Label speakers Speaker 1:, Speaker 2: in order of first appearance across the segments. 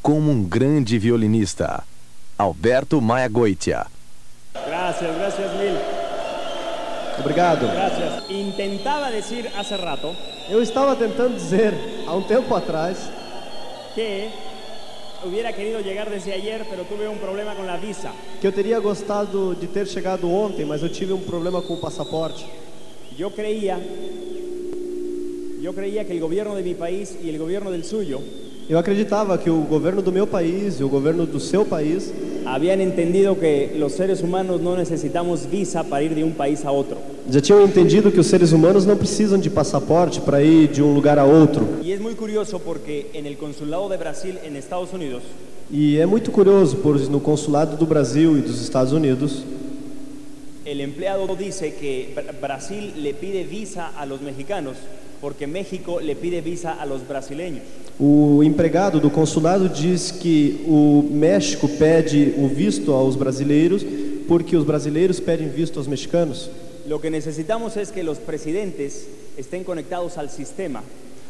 Speaker 1: como um grande violinista. Alberto Maia Goitia.
Speaker 2: Gracias, gracias mil.
Speaker 3: Obrigado.
Speaker 2: Gracias. Intentaba decir hace rato
Speaker 3: Eu estava tentando dizer há um tempo atrás
Speaker 2: que hubiera querido llegar desde ayer, pero tuve un problema con la visa.
Speaker 3: que eu teria gostado de ter chegado ontem, mas eu tive um problema com o passaporte.
Speaker 2: Yo creía, yo creía que el gobierno de mi país y el gobierno del suyo
Speaker 3: Eu acreditava que o governo do meu país e o governo do seu país
Speaker 2: habían entendido que los seres humanos no necesitamos visa para ir de un país a otro.
Speaker 3: já tinham entendido que os seres humanos não precisam de passaporte para ir de um lugar a outro.
Speaker 2: Y es muy curioso porque en el consulado de Brasil en Estados Unidos
Speaker 3: E é muito curioso, pois no consulado do Brasil e dos Estados Unidos,
Speaker 2: El empleado dice que Bra- Brasil le pide visa a los mexicanos porque México le pide visa a los brasileños.
Speaker 3: o empregado do consulado diz que o México pede o visto aos brasileiros porque os brasileiros pedem visto aos mexicanos.
Speaker 2: Lo que necesitamos es que los presidentes estén conectados al sistema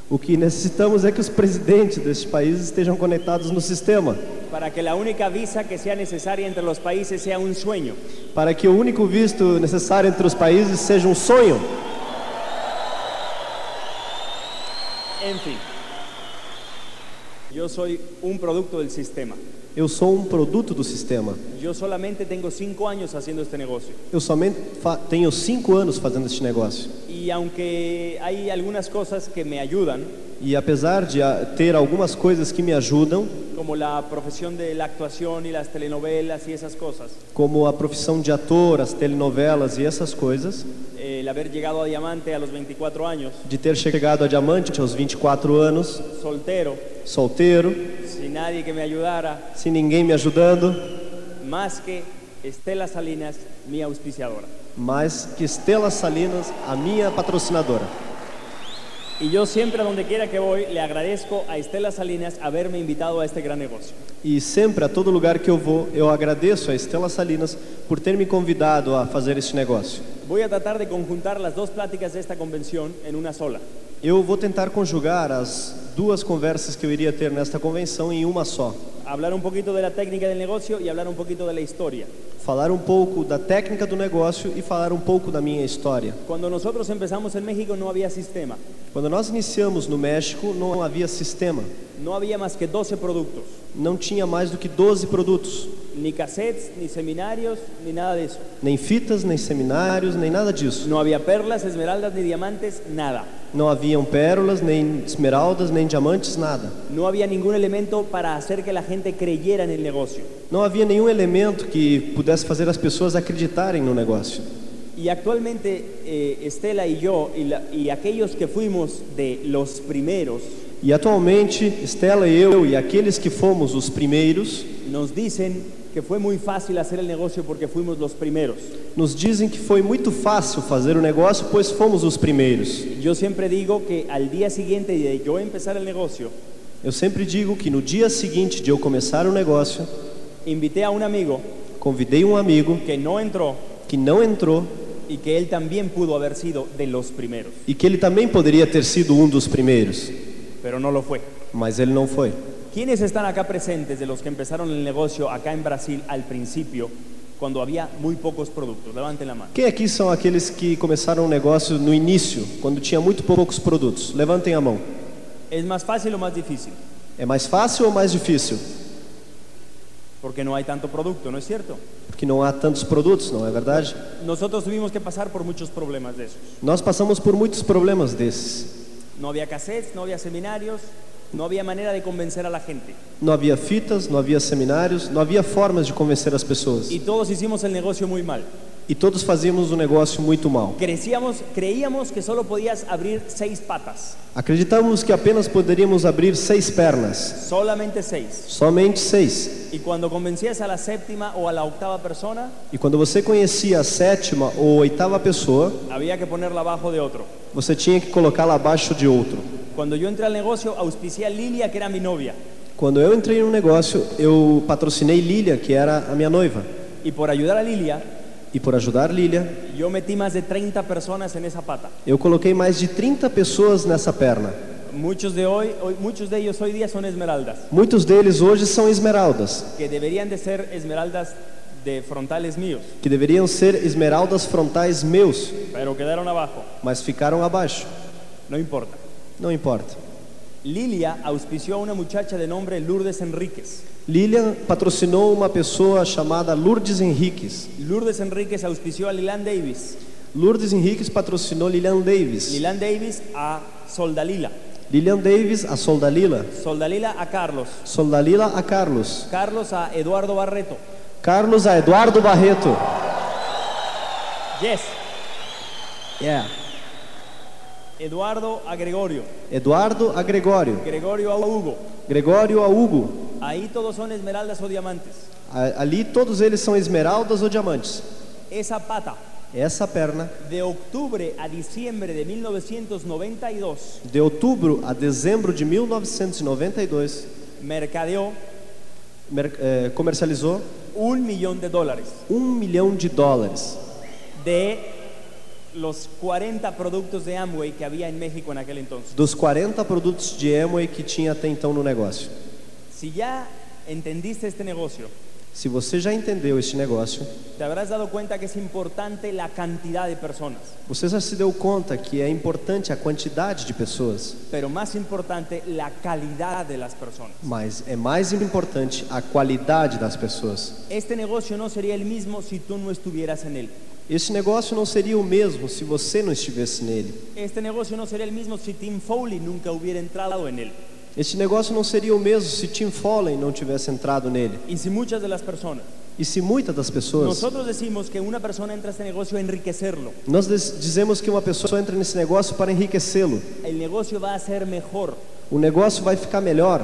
Speaker 3: O que necessitamos é que os presidentes deste país estejam conectados no sistema,
Speaker 2: para que la única visa que sea necesaria entre los países sea un sueño.
Speaker 3: para que o único visto necessário entre os países seja um sonho.
Speaker 2: En fin, yo soy un producto del sistema.
Speaker 3: Eu sou um produto do sistema.
Speaker 2: Yo solamente tengo cinco años haciendo este negocio.
Speaker 3: Eu somente fa- tenho cinco anos fazendo este negócio.
Speaker 2: Y aunque hay algunas cosas que me ayudan,
Speaker 3: E apesar de ah, ter algumas coisas que me ajudam,
Speaker 2: como la profesión de la actuación y las telenovelas y esas cosas,
Speaker 3: como a profissão de ator, as telenovelas e essas coisas,
Speaker 2: el haber llegado a Diamante a los 24 años,
Speaker 3: de ter chegado a diamante aos 24 anos,
Speaker 2: soltero,
Speaker 3: solteiro,
Speaker 2: sin nadie que me ayudara,
Speaker 3: sem ninguém me ajudando,
Speaker 2: más que Estela Salinas, mi auspiciadora.
Speaker 3: mas que Estela Salinas, a minha patrocinadora.
Speaker 2: Y yo siempre a donde quiera que voy le agradezco a Estela Salinas haberme invitado a este gran negocio.
Speaker 3: E sempre, a todo lugar que eu vou, eu agradeço a Estela Salinas por ter me convidado a fazer este negócio.
Speaker 2: Voy a tratar de conjuntar las dos pláticas de esta convención en una sola.
Speaker 3: Eu vou tentar conjugar as duas conversas que eu iria ter nesta convenção em uma só.
Speaker 2: Hablar un poquito de la técnica del negocio y hablar un poquito de la historia.
Speaker 3: Falar um pouco da técnica do negócio e falar um pouco da minha história.
Speaker 2: Cuando nosotros empezamos en México no había sistema,
Speaker 3: Quando nós iniciamos no México, não havia sistema.
Speaker 2: no había más que 12 productos,
Speaker 3: Não tinha mais do que 12 produtos.
Speaker 2: ni cassettes, ni seminarios, ni nada de eso.
Speaker 3: Nem fitas, nem seminários, nem nada disso.
Speaker 2: No había perlas, esmeraldas ni diamantes, nada.
Speaker 3: Não haviam pérolas, nem esmeraldas, nem diamantes, nada.
Speaker 2: No había ningún elemento para hacer que la gente creyera en el negocio.
Speaker 3: Não havia nenhum elemento que pudesse fazer as pessoas acreditarem no negócio.
Speaker 2: Y actualmente eh, Estela y yo y, la- y aquellos que fuimos de los primeros
Speaker 3: E atualmente, Estela e eu e aqueles que fomos os primeiros
Speaker 2: nos dicen que fue muy fácil hacer el negocio porque fuimos los primeros.
Speaker 3: nos dizem que foi muito fácil fazer o negócio, pois fomos os primeiros.
Speaker 2: Yo siempre digo que al día siguiente de yo empezar el negocio,
Speaker 3: Eu sempre digo que no dia seguinte de eu começar o negócio,
Speaker 2: invité a un amigo
Speaker 3: convidei um amigo
Speaker 2: que no entró
Speaker 3: que não entrou
Speaker 2: y que él también pudo haber sido de los primeros,
Speaker 3: e que ele também poderia ter sido um dos primeiros,
Speaker 2: pero no lo fue.
Speaker 3: mas ele não foi.
Speaker 2: ¿Quiénes están acá presentes de los que empezaron el negocio acá en Brasil al principio, cuando había muy pocos productos? Levanten la mano.
Speaker 3: Quem aqui são aqueles que começaram o negócio no início, quando tinha muito poucos produtos? Levantem a mão.
Speaker 2: ¿Es más fácil o más difícil?
Speaker 3: É mais fácil ou mais difícil?
Speaker 2: Porque no hay tanto producto, ¿no es cierto?
Speaker 3: Porque não há tantos produtos, não é verdade?
Speaker 2: Nosotros tuvimos que pasar por muchos problemas de esos.
Speaker 3: Nós passamos por muitos problemas desses.
Speaker 2: No había cassettes, no había seminarios, no había manera de convencer a la gente.
Speaker 3: Não havia fitas, não havia seminários, não havia formas de convencer as pessoas.
Speaker 2: Y todos hicimos el negocio muy mal.
Speaker 3: E todos fazíamos o negócio muito mal.
Speaker 2: Crecíamos, creíamos que solo podías abrir seis patas,
Speaker 3: Acreditávamos que apenas poderíamos abrir seis pernas,
Speaker 2: solamente seis.
Speaker 3: somente seis.
Speaker 2: Y cuando convencías a la séptima o a la octava persona,
Speaker 3: E quando você conhecia a sétima ou oitava pessoa,
Speaker 2: había que ponerla abajo de otro.
Speaker 3: você tinha que colocá-la abaixo de outro.
Speaker 2: Cuando yo entré al negocio, auspicié a Lilia, que era mi novia,
Speaker 3: Quando eu entrei no negócio, eu patrocinei Lilia, que era a minha noiva.
Speaker 2: y por ayudar a Lilia,
Speaker 3: E por ajudar Lilia,
Speaker 2: yo metí más de 30 personas en esa pata.
Speaker 3: eu coloquei mais de 30 pessoas nessa perna.
Speaker 2: Muchos de hoy, hoy- muchos de ellos hoy día son esmeraldas,
Speaker 3: Muitos deles hoje são esmeraldas,
Speaker 2: que deberían de ser esmeraldas de frontales míos,
Speaker 3: que deveriam ser esmeraldas frontais meus,
Speaker 2: pero quedaron abajo.
Speaker 3: mas ficaram abaixo.
Speaker 2: No importa.
Speaker 3: Não importa.
Speaker 2: Lilia auspició a una muchacha de nombre Lourdes Enríquez.
Speaker 3: Lilian patrocinou uma pessoa chamada Lourdes Henriques.
Speaker 2: Lourdes Enríquez auspició a Lilan Davis.
Speaker 3: Lourdes Henriques patrocinou Lilian Davis.
Speaker 2: Lilan Davis a Soldalila.
Speaker 3: Lilian Davis a Soldalila.
Speaker 2: Soldalila a Carlos.
Speaker 3: Soldalila a Carlos.
Speaker 2: Carlos a Eduardo Barreto.
Speaker 3: Carlos a Eduardo Barreto.
Speaker 2: Yes.
Speaker 3: Yeah.
Speaker 2: Eduardo a Gregorio.
Speaker 3: Eduardo a Gregório.
Speaker 2: Gregorio a Hugo.
Speaker 3: Gregório a Hugo.
Speaker 2: Ahí todos son esmeraldas o diamantes.
Speaker 3: A- ali todos eles são esmeraldas ou diamantes.
Speaker 2: Esa pata.
Speaker 3: Essa perna,
Speaker 2: De octubre a diciembre de 1992
Speaker 3: de outubro a dezembro de 1992,
Speaker 2: mercadeó
Speaker 3: mer- eh, comercializou
Speaker 2: un millón de dólares
Speaker 3: um milhão de dólares
Speaker 2: de los 40 productos de Amway que había en México en aquel entonces.
Speaker 3: dos 40 produtos de Amway que tinha até então no negócio.
Speaker 2: Si ya entendiste este negocio,
Speaker 3: Se você já entendeu este negócio,
Speaker 2: te habrás dado cuenta que es importante la cantidad de personas,
Speaker 3: você já se deu conta que é importante a quantidade de pessoas,
Speaker 2: pero más importante la calidad de las personas.
Speaker 3: mas é mais importante a qualidade das pessoas.
Speaker 2: Este negocio no sería el mismo si tú no estuvieras en él.
Speaker 3: Este negócio não seria o mesmo se você não estivesse nele.
Speaker 2: Este negocio no sería el mismo si Tim Foley nunca hubiera entrado en él.
Speaker 3: Este negócio não seria o mesmo se Tim Follen não tivesse entrado nele.
Speaker 2: Y si muchas de las personas
Speaker 3: E se muitas das pessoas.
Speaker 2: Nosotros decimos que una persona entra a este negocio a enriquecerlo.
Speaker 3: Nós des- dizemos que uma pessoa só entra nesse negócio para enriquecê-lo.
Speaker 2: El negocio va a ser mejor.
Speaker 3: O negócio vai ficar melhor.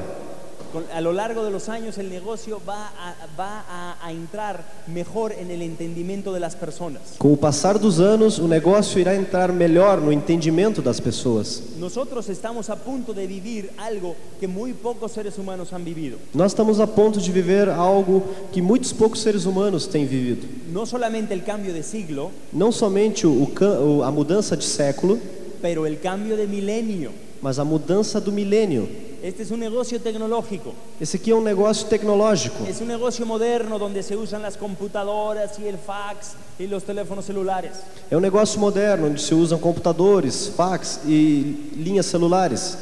Speaker 2: Con- A lo largo de los años el negocio va, a, va a- a entrar mejor en el entendimiento de las personas.
Speaker 3: Com o passar dos anos, o negócio irá entrar melhor no entendimento das pessoas.
Speaker 2: Nosotros estamos a punto de vivir algo que muy pocos seres humanos han vivido.
Speaker 3: Nós estamos a ponto de viver algo que muitos poucos seres humanos têm vivido.
Speaker 2: No solamente el cambio de siglo,
Speaker 3: Não somente o, ca- o- a mudança de século,
Speaker 2: pero el cambio de milenio.
Speaker 3: mas a mudança do milênio.
Speaker 2: Este es un negocio tecnológico,
Speaker 3: Esse aqui é um negócio tecnológico.
Speaker 2: es un negocio moderno donde se usan las computadoras y el fax y los teléfonos celulares.
Speaker 3: É um negócio moderno, onde se usam computadores, fax e linhas celulares.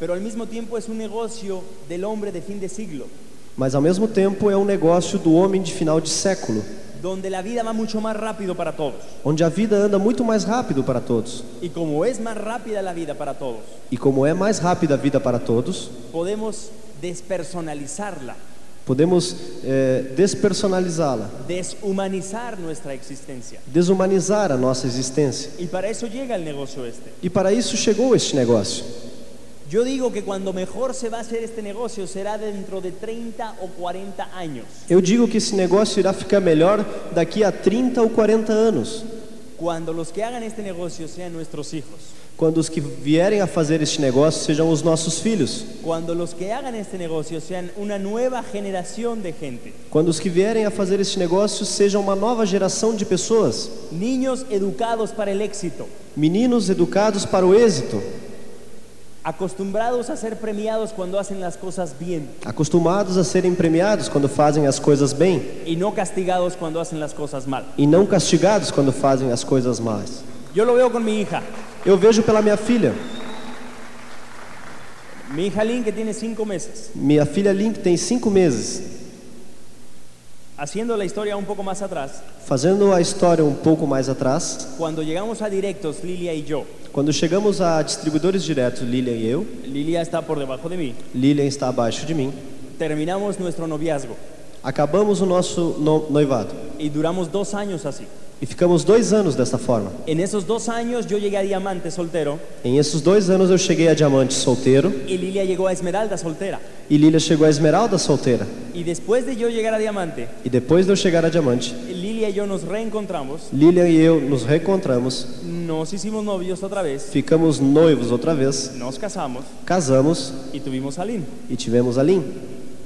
Speaker 2: Pero al mismo tiempo es un negocio del hombre de fin de siglo,
Speaker 3: Mas ao mesmo tempo é um negócio do homem de final de século,
Speaker 2: donde la vida va mucho más rápido para todos.
Speaker 3: onde a vida anda muito mais rápido para todos.
Speaker 2: Y como es más rápida la vida para todos,
Speaker 3: E como é mais rápida a vida para todos,
Speaker 2: podemos despersonalizarla,
Speaker 3: podemos eh, despersonalizá-la,
Speaker 2: deshumanizar nuestra existencia.
Speaker 3: desumanizar a nossa existência.
Speaker 2: Y para eso llega el negocio este.
Speaker 3: E para isso chegou este negócio.
Speaker 2: Yo digo que cuando mejor se va a hacer este negocio será dentro de 30 o 40 años,
Speaker 3: Eu digo que esse negócio irá ficar melhor daqui a 30 ou 40 anos,
Speaker 2: cuando los que hagan este negocio sean nuestros hijos,
Speaker 3: quando os que vierem a fazer este negócio sejam os nossos filhos,
Speaker 2: cuando los que hagan este negocio sean una nueva generación de gente.
Speaker 3: quando os que vierem a fazer este negócio sejam uma nova geração de pessoas,
Speaker 2: Niños educados para el éxito,
Speaker 3: meninos educados para o êxito,
Speaker 2: acostumbrados a ser premiados cuando hacen las cosas bien
Speaker 3: acostumados a serem premiados quando fazem as coisas bem
Speaker 2: y no castigados cuando hacen las cosas mal.
Speaker 3: e não castigados quando fazem as coisas más.
Speaker 2: Yo lo veo con mi hija,
Speaker 3: Eu vejo pela minha filha,
Speaker 2: mi hija Lynn que tiene cinco meses,
Speaker 3: minha filha Link tem cinco meses.
Speaker 2: haciendo la historia un poco más atrás,
Speaker 3: Fazendo a história um pouco mais atrás,
Speaker 2: cuando llegamos a directos Lilia y yo,
Speaker 3: quando chegamos a distribuidores diretos, Lilian e eu,
Speaker 2: Lilia está por debajo de mí,
Speaker 3: Lilian está abaixo de mim,
Speaker 2: terminamos nuestro noviazgo
Speaker 3: acabamos o nosso no- noivado
Speaker 2: y duramos dos años así.
Speaker 3: e ficamos dois anos dessa forma.
Speaker 2: En esos dos años yo llegué a Diamante soltero
Speaker 3: Em esses dois anos eu cheguei a diamante solteiro
Speaker 2: y Lilia llegó a Esmeralda soltera.
Speaker 3: e Lilian chegou a esmeralda solteira.
Speaker 2: Y después de yo llegar a Diamante,
Speaker 3: E depois de eu chegar a diamante,
Speaker 2: Lilia y yo nos reencontramos,
Speaker 3: Lilian e eu nos reencontramos
Speaker 2: nos hicimos novios otra vez,
Speaker 3: Ficamos noivos outra vez,
Speaker 2: nos casamos
Speaker 3: casamos
Speaker 2: y tuvimos a Lynn.
Speaker 3: e tivemos a Lin.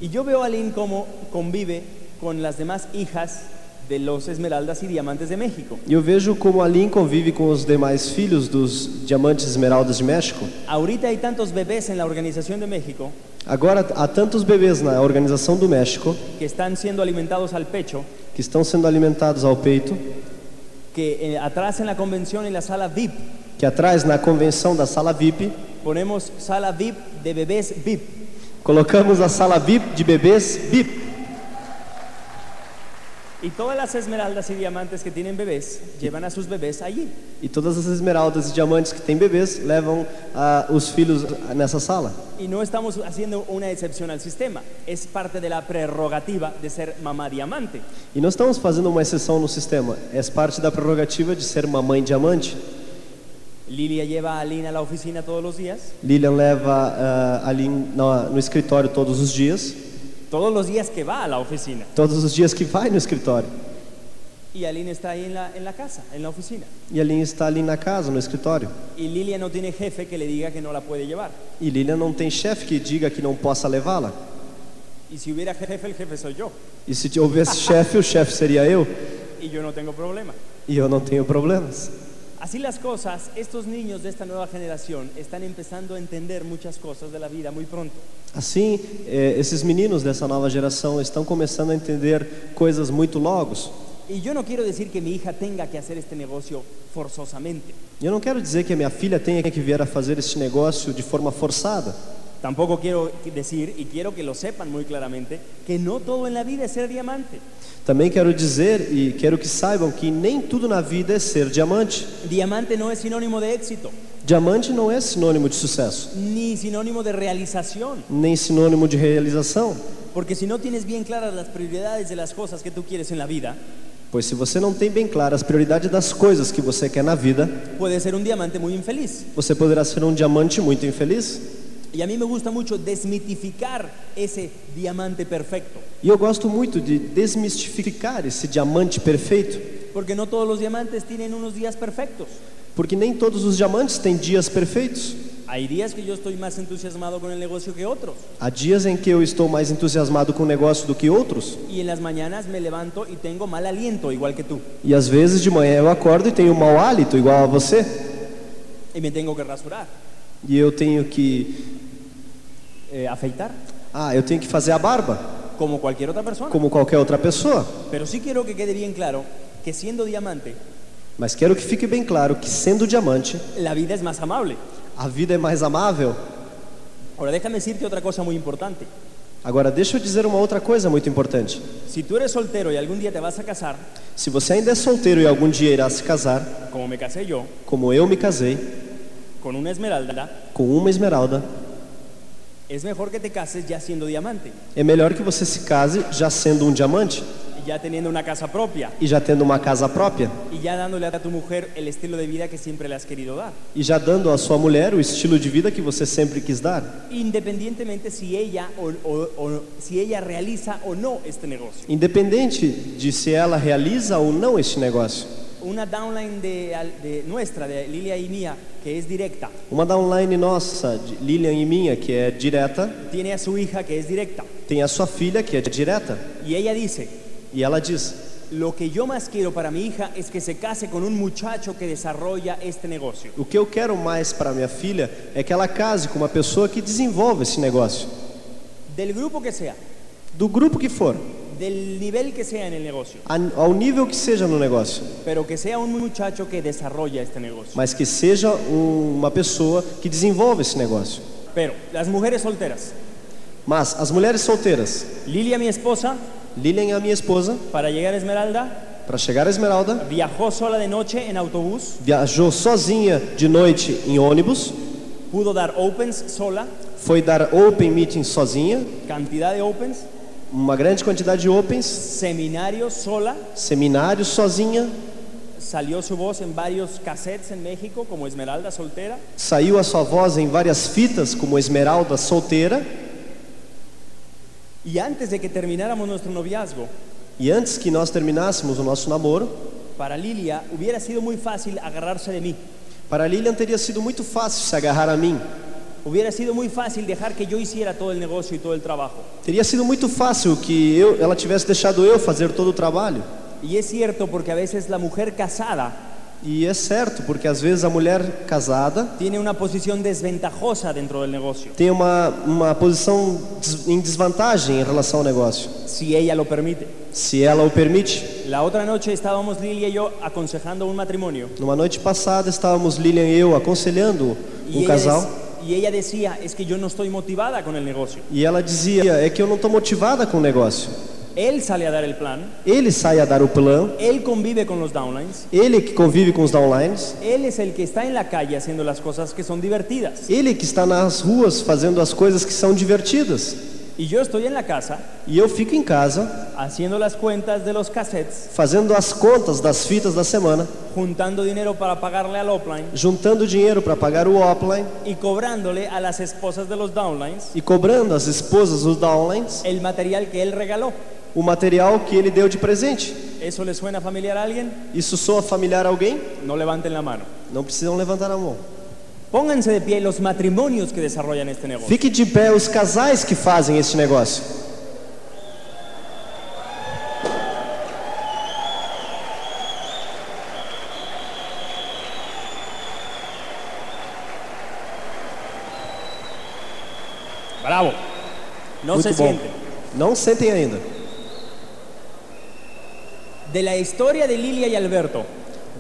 Speaker 2: Y yo veo a Lynn como convive con las demás hijas de los esmeraldas y diamantes de México.
Speaker 3: E eu vejo como a Lincoln vive com os demais filhos dos diamantes e esmeraldas de México.
Speaker 2: Ahorita hay tantos bebés en la organización de México
Speaker 3: Agora há tantos bebês na organização do México
Speaker 2: que están siendo alimentados al pecho
Speaker 3: que estão sendo alimentados ao peito,
Speaker 2: que eh, atrás en la convención en la sala VIP
Speaker 3: que atrás na convenção da sala VIP
Speaker 2: ponemos sala VIP de bebés VIP.
Speaker 3: colocamos a sala VIP de bebês VIP.
Speaker 2: Y todas las esmeraldas y diamantes que tienen bebés llevan a sus bebés allí.
Speaker 3: E todas as esmeraldas e diamantes que têm bebês levam ah, os filhos nessa sala.
Speaker 2: Y no estamos haciendo una excepción al sistema. Es parte de la prerrogativa de ser mamá diamante.
Speaker 3: E não estamos fazendo uma exceção no sistema, é parte da prerrogativa de ser uma mãe diamante.
Speaker 2: Lilia lleva a Lina a la oficina todos los días.
Speaker 3: Lilian leva ah, ali na- no escritório todos os dias,
Speaker 2: Todos los días que va a la oficina.
Speaker 3: todos os dias que vai no escritório.
Speaker 2: Y Alina está ahí en la, en la casa, en la oficina.
Speaker 3: E a Lilian está ali na casa, no escritório.
Speaker 2: Y Lilia no tiene jefe que le diga que no la puede llevar.
Speaker 3: E Lilian não tem chefe que diga que não possa levá-la.
Speaker 2: Y si hubiera jefe, el jefe soy yo.
Speaker 3: E se houvesse chefe, o chefe seria eu,
Speaker 2: Y yo no tengo problema.
Speaker 3: e eu não tenho problemas.
Speaker 2: Así las cosas, estos niños de esta nueva generación están empezando a entender muchas cosas de la vida muy pronto.
Speaker 3: Assim, eh, esses meninos dessa nova geração estão começando a entender coisas muito logos.
Speaker 2: Y yo no quiero decir que mi hija tenga que hacer este negocio forzosamente.
Speaker 3: E Eu não quero dizer que a minha filha tenha que vir a fazer este negócio de forma forçada.
Speaker 2: Tampoco quiero decir, y quiero que lo sepan muy claramente, que no todo en la vida es ser diamante.
Speaker 3: Também quero dizer e quero que saibam que nem tudo na vida é ser diamante.
Speaker 2: Diamante no es sinónimo de éxito,
Speaker 3: Diamante não é sinônimo de sucesso,
Speaker 2: ni sinónimo de realización,
Speaker 3: nem sinônimo de realização,
Speaker 2: porque si no tienes bien claras las prioridades de las cosas que tú quieres en la vida,
Speaker 3: pois se você não tem bem claras as prioridades das coisas que você quer na vida,
Speaker 2: puedes ser un diamante muy infeliz.
Speaker 3: você poderá ser um diamante muito infeliz.
Speaker 2: Y a mí me gusta mucho desmitificar esse diamante perfecto,
Speaker 3: E eu gosto muito de desmistificar esse diamante perfeito,
Speaker 2: porque no todos los diamantes tienen unos días perfectos.
Speaker 3: porque nem todos os diamantes têm dias perfeitos.
Speaker 2: Hay días que yo estoy más entusiasmado con el negocio que otros.
Speaker 3: Há dias em que eu estou mais entusiasmado com o negócio do que outros,
Speaker 2: Y en las mañanas me levanto y tengo mal aliento, igual que tú.
Speaker 3: e às vezes de manhã eu acordo e tenho um mau hálito igual a você,
Speaker 2: Y me tengo que rasurar,
Speaker 3: e eu tenho que,
Speaker 2: eh, afeitar,
Speaker 3: ah, eu tenho que fazer a barba,
Speaker 2: como cualquier otra persona.
Speaker 3: como qualquer outra pessoa.
Speaker 2: Pero sí quiero que quede bien claro que siendo diamante,
Speaker 3: Mas quero que fique bem claro que sendo diamante,
Speaker 2: la vida es más amable.
Speaker 3: a vida é mais amável.
Speaker 2: Ahora déjame decirte otra cosa muy importante.
Speaker 3: Agora deixa eu dizer uma outra coisa muito importante.
Speaker 2: Si tú eres soltero y algún día te vas a casar,
Speaker 3: Se você ainda é solteiro e algum dia irá se casar,
Speaker 2: como me casé yo,
Speaker 3: como eu me casei,
Speaker 2: con una esmeralda,
Speaker 3: com uma esmeralda,
Speaker 2: es mejor que te cases ya siendo diamante,
Speaker 3: é melhor que você se case já sendo um diamante
Speaker 2: y ya teniendo una casa propia
Speaker 3: e já tendo uma casa própria
Speaker 2: y ya dándole a tu mujer el estilo de vida que siempre le has querido dar.
Speaker 3: e já dando à sua mulher o estilo de vida que você sempre quis dar,
Speaker 2: Independientemente si ella, o, o- o- si ella realiza o no este negocio.
Speaker 3: independente de se ela realiza ou não este negócio.
Speaker 2: Una downline de, al- de nuestra, de Lilia y mía, que es directa,
Speaker 3: Uma da online nossa, de Lilian e minha, que é direta,
Speaker 2: tiene a su hija que es directa.
Speaker 3: tem a sua filha que é direta
Speaker 2: Y ella dice,
Speaker 3: e ela diz:
Speaker 2: lo que yo más quiero para mi hija es que se case con un muchacho que desarrolla este negocio.
Speaker 3: "O que eu quero mais para minha filha é que ela case com uma pessoa que desenvolve esse negócio,
Speaker 2: Del grupo que sea,
Speaker 3: do grupo que for,
Speaker 2: del nivel que sea en el negocio,
Speaker 3: a- ao nível que seja no negócio."
Speaker 2: pero que sea un muchacho que desarrolla este negocio.
Speaker 3: mas que seja um- uma pessoa que desenvolva esse negócio.
Speaker 2: Pero las mujeres solteras,
Speaker 3: Mas as mulheres solteiras,
Speaker 2: Lilia, mi esposa,
Speaker 3: Lilian, a minha esposa,
Speaker 2: para llegar a Esmeralda,
Speaker 3: para chegar à Esmeralda,
Speaker 2: viajó sola de noche en autobús,
Speaker 3: viajou sozinha de noite em ônibus,
Speaker 2: pudo dar opens sola,
Speaker 3: foi dar open meeting sozinha,
Speaker 2: cantidad de opens,
Speaker 3: uma grande quantidade de opens,
Speaker 2: seminarios sola,
Speaker 3: seminários sozinha,
Speaker 2: salió su voz en varios cassettes en México como Esmeralda soltera,
Speaker 3: saiu a sua voz em várias fitas como Esmeralda solteira,
Speaker 2: y antes de que termináramos nuestro noviazgo,
Speaker 3: e antes que nós terminássemos o nosso namoro,
Speaker 2: Para Lilia hubiera sido muy fácil agarrarse de mí.
Speaker 3: para Lilian teria sido muito fácil se agarrar a mim.
Speaker 2: Hubiera sido muy fácil dejar que yo hiciera todo el negocio y todo el trabajo.
Speaker 3: Teria sido muito fácil que eu, ela tivesse deixado eu fazer todo o trabalho.
Speaker 2: Y es cierto porque a veces la mujer casada
Speaker 3: E é certo, porque às vezes a mulher casada
Speaker 2: tiene una posición desventajosa dentro del negocio,
Speaker 3: tem uma, uma posição des- em desvantagem em relação ao negócio,
Speaker 2: si ella lo permite.
Speaker 3: se ela o permite.
Speaker 2: La otra noche estábamos Lilia y yo aconsejando un matrimonio
Speaker 3: Numa noite passada estávamos Lilian e eu aconselhando
Speaker 2: y,
Speaker 3: um
Speaker 2: ella,
Speaker 3: casal
Speaker 2: dec- y ella decía, es que yo no estoy motivada con el negocio.
Speaker 3: e ela dizia: é que eu não estou motivada com o negócio.
Speaker 2: Él sale a dar el plan,
Speaker 3: Ele sai a dar o plano,
Speaker 2: él convive con los downlines,
Speaker 3: ele que convive com os downlines,
Speaker 2: él es el que está en la calle haciendo las cosas que son divertidas.
Speaker 3: ele que está nas ruas fazendo as coisas que são divertidas.
Speaker 2: Y yo estoy en la casa
Speaker 3: E eu fico em casa
Speaker 2: haciendo las cuentas de los cassettes,
Speaker 3: fazendo as contas das fitas da semana,
Speaker 2: juntando dinero para pagarle al offline
Speaker 3: juntando dinheiro para pagar o offline
Speaker 2: y cobrándole a las esposas de los downlines
Speaker 3: e cobrando às esposas dos downlines
Speaker 2: el material que él regaló.
Speaker 3: o material que ele deu de presente.
Speaker 2: ¿Eso le suena familiar a alguien?
Speaker 3: Isso soa familiar a alguém?
Speaker 2: No levanten la mano.
Speaker 3: Não precisam levantar a mão.
Speaker 2: Pónganse de pie los matrimonios que desarrollan este negocio.
Speaker 3: Fique de pé os casais que fazem este negócio.
Speaker 2: Bravo. No
Speaker 3: Muito
Speaker 2: se
Speaker 3: bom.
Speaker 2: sienten.
Speaker 3: Não sentem ainda.
Speaker 2: De la historia de Lilia y Alberto,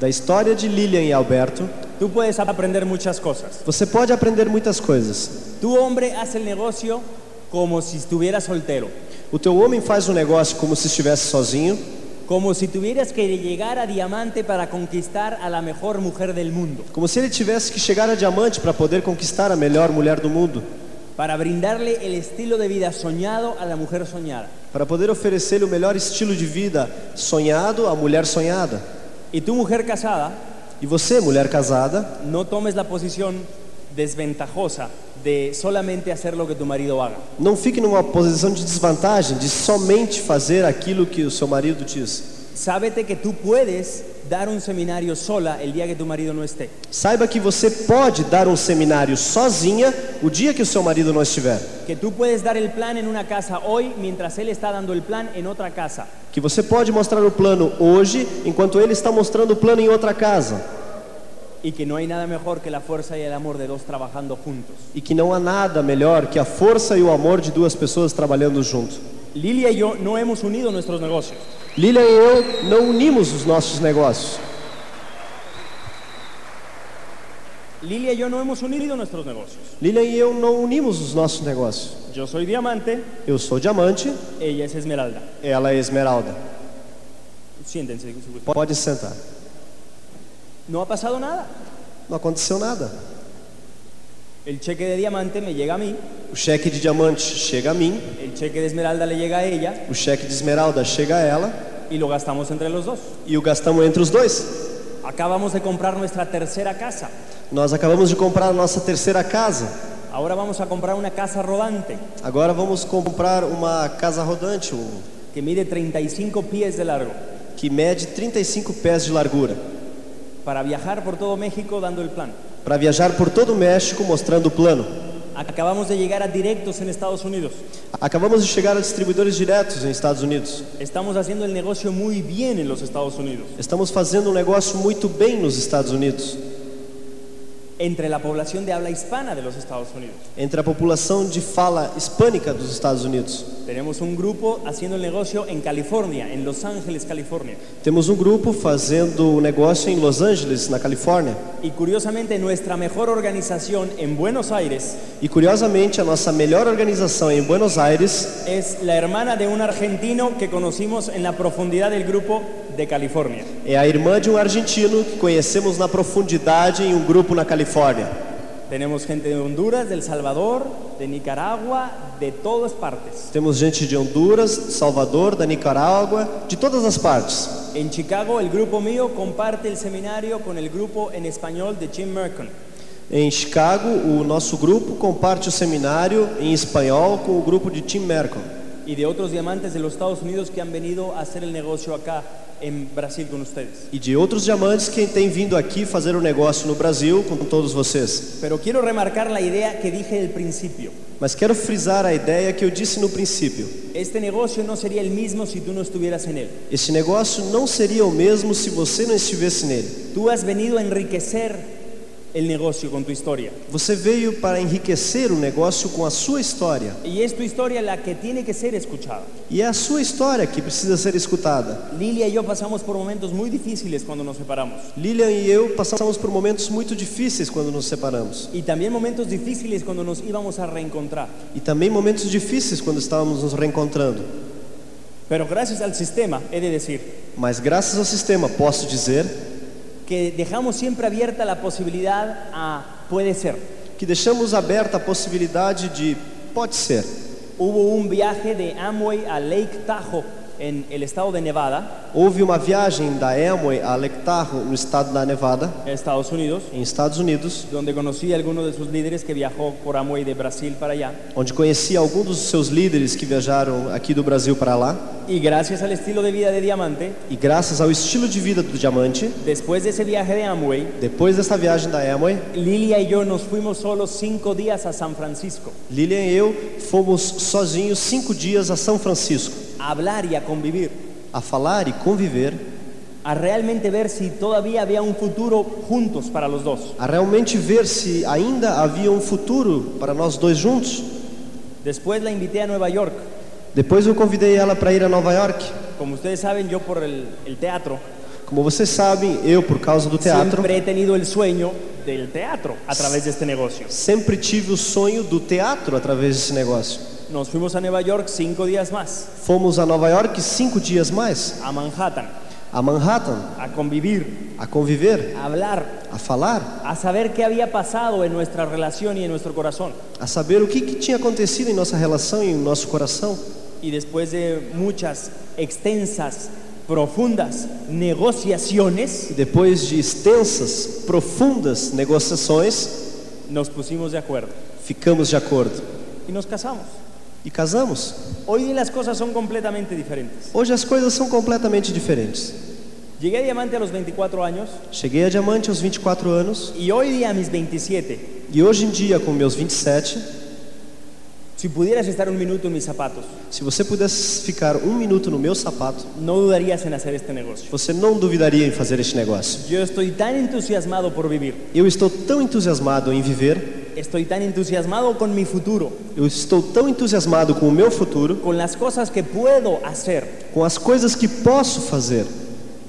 Speaker 3: Da história de Lilian e Alberto,
Speaker 2: tú puedes aprender muchas cosas.
Speaker 3: você pode aprender muitas coisas.
Speaker 2: Tu hombre hace el negocio como si estuviera soltero,
Speaker 3: O teu homem faz um negócio como se estivesse sozinho,
Speaker 2: como si tuvieras que llegar a diamante para conquistar a la mejor mujer del mundo,
Speaker 3: como se ele tivesse que chegar a diamante para poder conquistar a melhor mulher do mundo,
Speaker 2: para brindarle el estilo de vida soñado a la mujer soñada.
Speaker 3: para poder oferecer-lhe o melhor estilo de vida sonhado à mulher sonhada.
Speaker 2: Y tu mujer casada,
Speaker 3: E você, mulher casada,
Speaker 2: no tomes la posición desventajosa de solamente hacer lo que tu marido haga.
Speaker 3: Não fique numa posição de desvantagem de somente fazer aquilo que o seu marido diz.
Speaker 2: Sábete que tú puedes dar un seminario sola el día que tu marido no esté.
Speaker 3: Saiba que você pode dar um seminário sozinha o dia que o seu marido não estiver.
Speaker 2: Que tú puedes dar el plan en una casa hoy mientras él está dando el plan en otra casa.
Speaker 3: Que você pode mostrar o plano hoje enquanto ele está mostrando o plano em outra casa.
Speaker 2: Y que no hay nada mejor que la fuerza y el amor de dos trabajando juntos.
Speaker 3: E que não há nada melhor que a força e o amor de duas pessoas trabalhando junto.
Speaker 2: Lilia y yo no hemos unido nuestros negocios.
Speaker 3: Lilian e eu não unimos os nossos negócios.
Speaker 2: Lilia y yo no hemos unido nuestros negocios.
Speaker 3: Lilian e eu não unimos os nossos negócios.
Speaker 2: Yo soy diamante,
Speaker 3: Eu sou diamante,
Speaker 2: ella es esmeralda.
Speaker 3: ela é esmeralda.
Speaker 2: Siéntense. si gustan.
Speaker 3: Pode sentar.
Speaker 2: No ha pasado nada.
Speaker 3: Não aconteceu nada.
Speaker 2: El cheque de diamante me llega a mí,
Speaker 3: O cheque de diamante chega a mim,
Speaker 2: el cheque de esmeralda le llega a ella
Speaker 3: o cheque de esmeralda chega a ela
Speaker 2: y lo gastamos entre los dos.
Speaker 3: e o gastamos entre os dois.
Speaker 2: Acabamos de comprar nuestra tercera casa.
Speaker 3: Nós acabamos de comprar a nossa terceira casa.
Speaker 2: Ahora vamos a comprar una casa rodante
Speaker 3: Agora vamos comprar uma casa rodante um,
Speaker 2: que mide 35 pies de largo
Speaker 3: que mede 35 pés de largura
Speaker 2: para viajar por todo México dando el plan.
Speaker 3: para viajar por todo o México mostrando o plano.
Speaker 2: Acabamos de llegar a directos en Estados Unidos.
Speaker 3: Acabamos de chegar a distribuidores diretos nos Estados Unidos.
Speaker 2: Estamos haciendo el negocio muy bien en los Estados Unidos.
Speaker 3: Estamos fazendo um negócio muito bem nos Estados Unidos,
Speaker 2: Entre la población de habla hispana de los Estados Unidos.
Speaker 3: entre a população de fala hispânica dos Estados Unidos.
Speaker 2: Tenemos un grupo haciendo el negocio en California, en Los Ángeles, California.
Speaker 3: Temos um grupo fazendo o negócio em Los Angeles, na Califórnia.
Speaker 2: Y curiosamente nuestra mejor organización en Buenos Aires
Speaker 3: E curiosamente, a nossa melhor organização em Buenos Aires
Speaker 2: es la hermana de un argentino que conocimos en la profundidad del grupo de California.
Speaker 3: é a irmã de um argentino que conhecemos na profundidade em um grupo na Califórnia.
Speaker 2: Tenemos gente de Honduras, del Salvador, de Nicaragua, de todas partes.
Speaker 3: Temos gente de Honduras, de Salvador, da Nicarágua, de todas as partes.
Speaker 2: En Chicago, el grupo mío comparte el seminario con el grupo en español de Jim Merkin.
Speaker 3: Em Chicago, o nosso grupo comparte o seminário em espanhol com o grupo de Tim Merkel
Speaker 2: y de otros diamantes de los Estados Unidos que han venido a hacer el negocio acá en Brasil con ustedes.
Speaker 3: e de outros diamantes que têm vindo aqui fazer o negócio no Brasil com todos vocês.
Speaker 2: Pero quiero remarcar la idea que dije al principio.
Speaker 3: Mas quero frisar a ideia que eu disse no princípio.
Speaker 2: Este negocio no sería el mismo si tú no estuvieras en él.
Speaker 3: Este negócio não seria o mesmo se você não estivesse nele.
Speaker 2: Tú has venido a enriquecer el negocio con tu historia.
Speaker 3: Você veio para enriquecer o negócio com a sua história.
Speaker 2: Y es tu historia la que tiene que ser escuchada.
Speaker 3: E é a sua história que precisa ser escutada.
Speaker 2: Lilia y yo pasamos por momentos muy difíciles cuando nos separamos.
Speaker 3: Lilian e eu passamos por momentos muito difíceis quando nos separamos.
Speaker 2: Y también momentos difíciles cuando nos íbamos a reencontrar.
Speaker 3: E também momentos difíceis quando estávamos nos reencontrando.
Speaker 2: Pero gracias al sistema, he de decir,
Speaker 3: Mas graças ao sistema, posso dizer
Speaker 2: que dejamos siempre abierta la posibilidad a puede ser.
Speaker 3: que deixamos aberta a possibilidade de pode ser.
Speaker 2: Hubo un viaje de Amway a Lake Tahoe en el estado de Nevada,
Speaker 3: Houve uma viagem da Amway a Lake Tahoe, no estado da Nevada,
Speaker 2: Estados Unidos,
Speaker 3: em Estados Unidos,
Speaker 2: donde conocí a alguno de sus líderes que viajó por Amway de Brasil para allá.
Speaker 3: onde conheci alguns dos seus líderes que viajaram aqui do Brasil para lá.
Speaker 2: Y gracias al estilo de vida de Diamante,
Speaker 3: E graças ao estilo de vida do Diamante,
Speaker 2: después de ese viaje de Amway,
Speaker 3: depois dessa viagem da Amway,
Speaker 2: Lilia y yo nos fuimos solos cinco días a San Francisco
Speaker 3: Lilian e eu fomos sozinhos cinco dias a São Francisco,
Speaker 2: a hablar y a convivir,
Speaker 3: a falar e conviver,
Speaker 2: a realmente ver si todavía había un futuro juntos para los dos.
Speaker 3: a realmente ver se ainda havia um futuro para nós dois juntos.
Speaker 2: Después la invité a Nueva York.
Speaker 3: Depois eu convidei ela para ir a Nova York.
Speaker 2: Como ustedes saben, yo por el, el teatro,
Speaker 3: Como vocês sabem, eu, por causa do teatro,
Speaker 2: siempre he tenido el sueño del teatro a través de este negocio.
Speaker 3: sempre tive o sonho do teatro através desse negócio.
Speaker 2: Nos fuimos a Nueva York cinco días más,
Speaker 3: Fomos a Nova York cinco dias mais,
Speaker 2: a Manhattan,
Speaker 3: a Manhattan,
Speaker 2: a convivir,
Speaker 3: a conviver,
Speaker 2: a hablar,
Speaker 3: a falar,
Speaker 2: a saber qué había pasado en nuestra relación y en nuestro corazón.
Speaker 3: a saber o que, que tinha acontecido em nossa relação e em nosso coração.
Speaker 2: Y después de muchas extensas, profundas negociaciones,
Speaker 3: E depois de extensas, profundas negociações,
Speaker 2: nos pusimos de acuerdo
Speaker 3: ficamos de acordo
Speaker 2: y nos casamos.
Speaker 3: e casamos.
Speaker 2: Hoy día las cosas son completamente diferentes.
Speaker 3: Hoje as coisas são completamente diferentes.
Speaker 2: Llegué a Diamante a los 24 años
Speaker 3: Cheguei a diamante aos 24 anos
Speaker 2: y hoy día a mis 27,
Speaker 3: e hoje em dia, com meus 27,
Speaker 2: si pudieras estar un minuto en mis zapatos,
Speaker 3: Se você pudesse ficar um minuto no meu sapato,
Speaker 2: no dudarías en hacer este negocio.
Speaker 3: você não duvidaria em fazer este negócio.
Speaker 2: Yo estoy tan entusiasmado por vivir,
Speaker 3: Eu estou tão entusiasmado em viver,
Speaker 2: estoy tan entusiasmado con mi futuro,
Speaker 3: eu estou tão entusiasmado com o meu futuro,
Speaker 2: con las cosas que puedo hacer,
Speaker 3: com as coisas que posso fazer,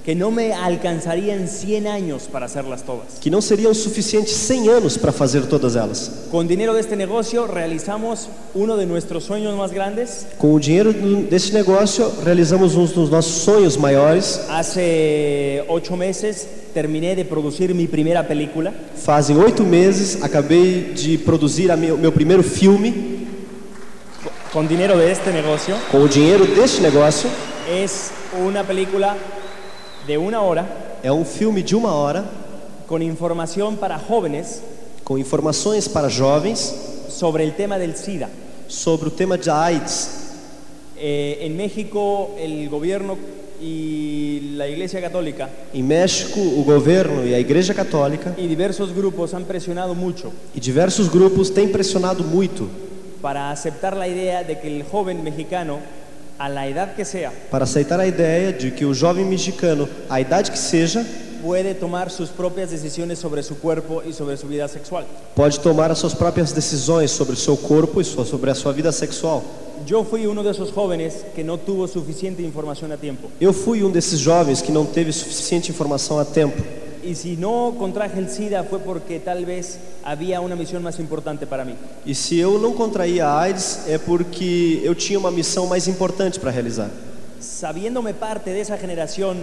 Speaker 2: que no me alcanzarían 100 años para hacerlas todas.
Speaker 3: que não seriam suficientes 100 anos para fazer todas elas.
Speaker 2: Con dinero de este negocio realizamos uno de nuestros sueños más grandes.
Speaker 3: Com o dinheiro do- deste negócio, realizamos um dos nossos sonhos maiores.
Speaker 2: Hace ocho meses terminé de producir mi primera película.
Speaker 3: Fazem oito meses, acabei de produzir o meu, meu primeiro filme
Speaker 2: con dinero de este negocio.
Speaker 3: com o dinheiro deste negócio.
Speaker 2: Es una película de una hora
Speaker 3: É um filme de uma hora,
Speaker 2: con información para jóvenes
Speaker 3: com informações para jovens.
Speaker 2: sobre el tema del SIDA.
Speaker 3: sobre o tema de AIDS.
Speaker 2: Eh, en México, el gobierno y la Iglesia Católica
Speaker 3: Em México, o governo e a Igreja Católica
Speaker 2: y diversos grupos han presionado mucho
Speaker 3: e diversos grupos têm pressionado muito
Speaker 2: para aceptar la idea de que el joven mexicano, a la edad que sea,
Speaker 3: para aceitar a ideia de que o jovem mexicano, à idade que seja,
Speaker 2: puede tomar sus propias decisiones sobre su cuerpo y sobre su vida sexual.
Speaker 3: pode tomar as suas próprias decisões sobre o seu corpo e sua- sobre a sua vida sexual.
Speaker 2: Yo fui uno de esos jóvenes que no tuvo suficiente información a tiempo.
Speaker 3: Eu fui um desses jovens que não teve suficiente informação a tempo.
Speaker 2: Y si no contraje el SIDA fue porque tal vez había una misión más importante para mí.
Speaker 3: E se eu não contraía a AIDS é porque eu tinha uma missão mais importante para realizar.
Speaker 2: Sabiéndome parte de esa generación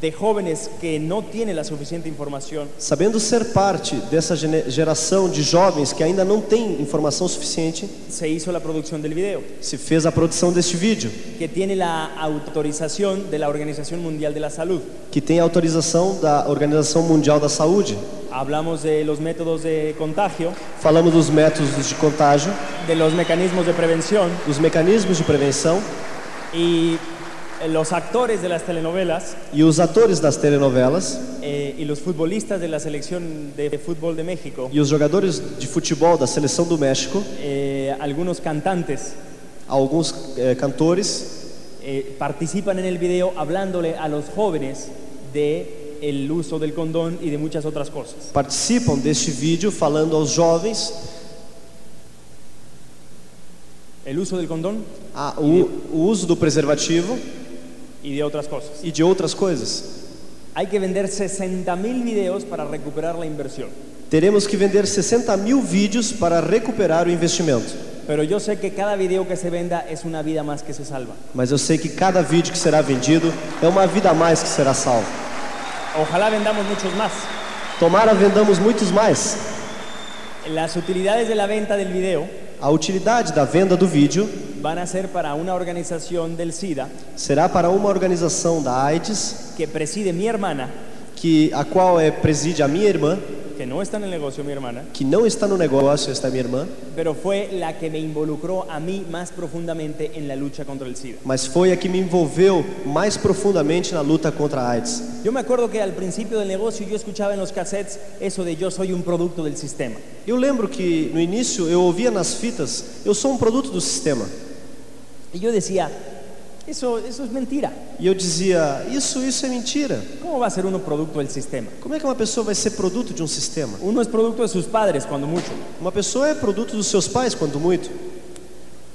Speaker 2: de jóvenes que no tiene la suficiente información,
Speaker 3: Sabendo ser parte dessa gene- geração de jovens que ainda não tem informação suficiente,
Speaker 2: se hizo la producción del video,
Speaker 3: se fez a produção deste vídeo,
Speaker 2: que tiene la autorización de la Organização Mundial de la Salud.
Speaker 3: que tem autorização da Organização Mundial da Saúde.
Speaker 2: Hablamos de los métodos de contagio,
Speaker 3: Falamos dos métodos de contágio,
Speaker 2: de los mecanismos de prevención
Speaker 3: dos mecanismos de prevenção
Speaker 2: y eh, los actores de las telenovelas
Speaker 3: e os atores das telenovelas
Speaker 2: eh, y los futbolistas de la selección de fútbol de México
Speaker 3: e os jogadores de futebol da Seleção do México
Speaker 2: eh, eh, algunos cantantes
Speaker 3: Alguns eh, cantores
Speaker 2: eh, participan en el video hablándole a los jóvenes de el uso del condón y de muchas otras cosas.
Speaker 3: participam deste vídeo falando aos jovens
Speaker 2: El uso del condón
Speaker 3: a- o, o uso do preservativo
Speaker 2: y de otras cosas.
Speaker 3: e de outras coisas.
Speaker 2: Hay que vender 60 mil videos para recuperar la inversión.
Speaker 3: Teremos que vender 60 mil vídeos para recuperar o investimento.
Speaker 2: Pero yo sé que cada video que se venda es una vida más que se salva.
Speaker 3: Mas eu sei que cada vídeo que será vendido é uma vida a mais que será salva.
Speaker 2: Ojalá vendamos muchos más.
Speaker 3: Tomara vendamos muitos mais.
Speaker 2: Las utilidades de la venta del video
Speaker 3: A utilidade da venda do vídeo
Speaker 2: van a ser para una organización del SIDA
Speaker 3: será para uma organização da AIDS,
Speaker 2: que preside mi hermana,
Speaker 3: que a qual é preside a minha irmã,
Speaker 2: que no está en el negocio mi hermana,
Speaker 3: que não está no negócio, esta é minha irmã,
Speaker 2: pero fue la que me involucró a mí más profundamente en la lucha contra el SIDA.
Speaker 3: mas foi a que me envolveu mais profundamente na luta contra a AIDS.
Speaker 2: Yo me acuerdo que al principio del negocio yo escuchaba en los cassettes eso de yo soy un producto del sistema.
Speaker 3: Eu lembro que no início eu ouvia nas fitas, eu sou um produto do sistema.
Speaker 2: Y yo decía, eso, eso es mentira.
Speaker 3: E eu dizia, isso, isso é mentira.
Speaker 2: ¿Cómo va a ser uno producto del sistema?
Speaker 3: Como é que uma pessoa vai ser produto de um sistema?
Speaker 2: Uno es producto de sus padres cuando mucho.
Speaker 3: Uma pessoa é produto dos seus pais, quanto muito.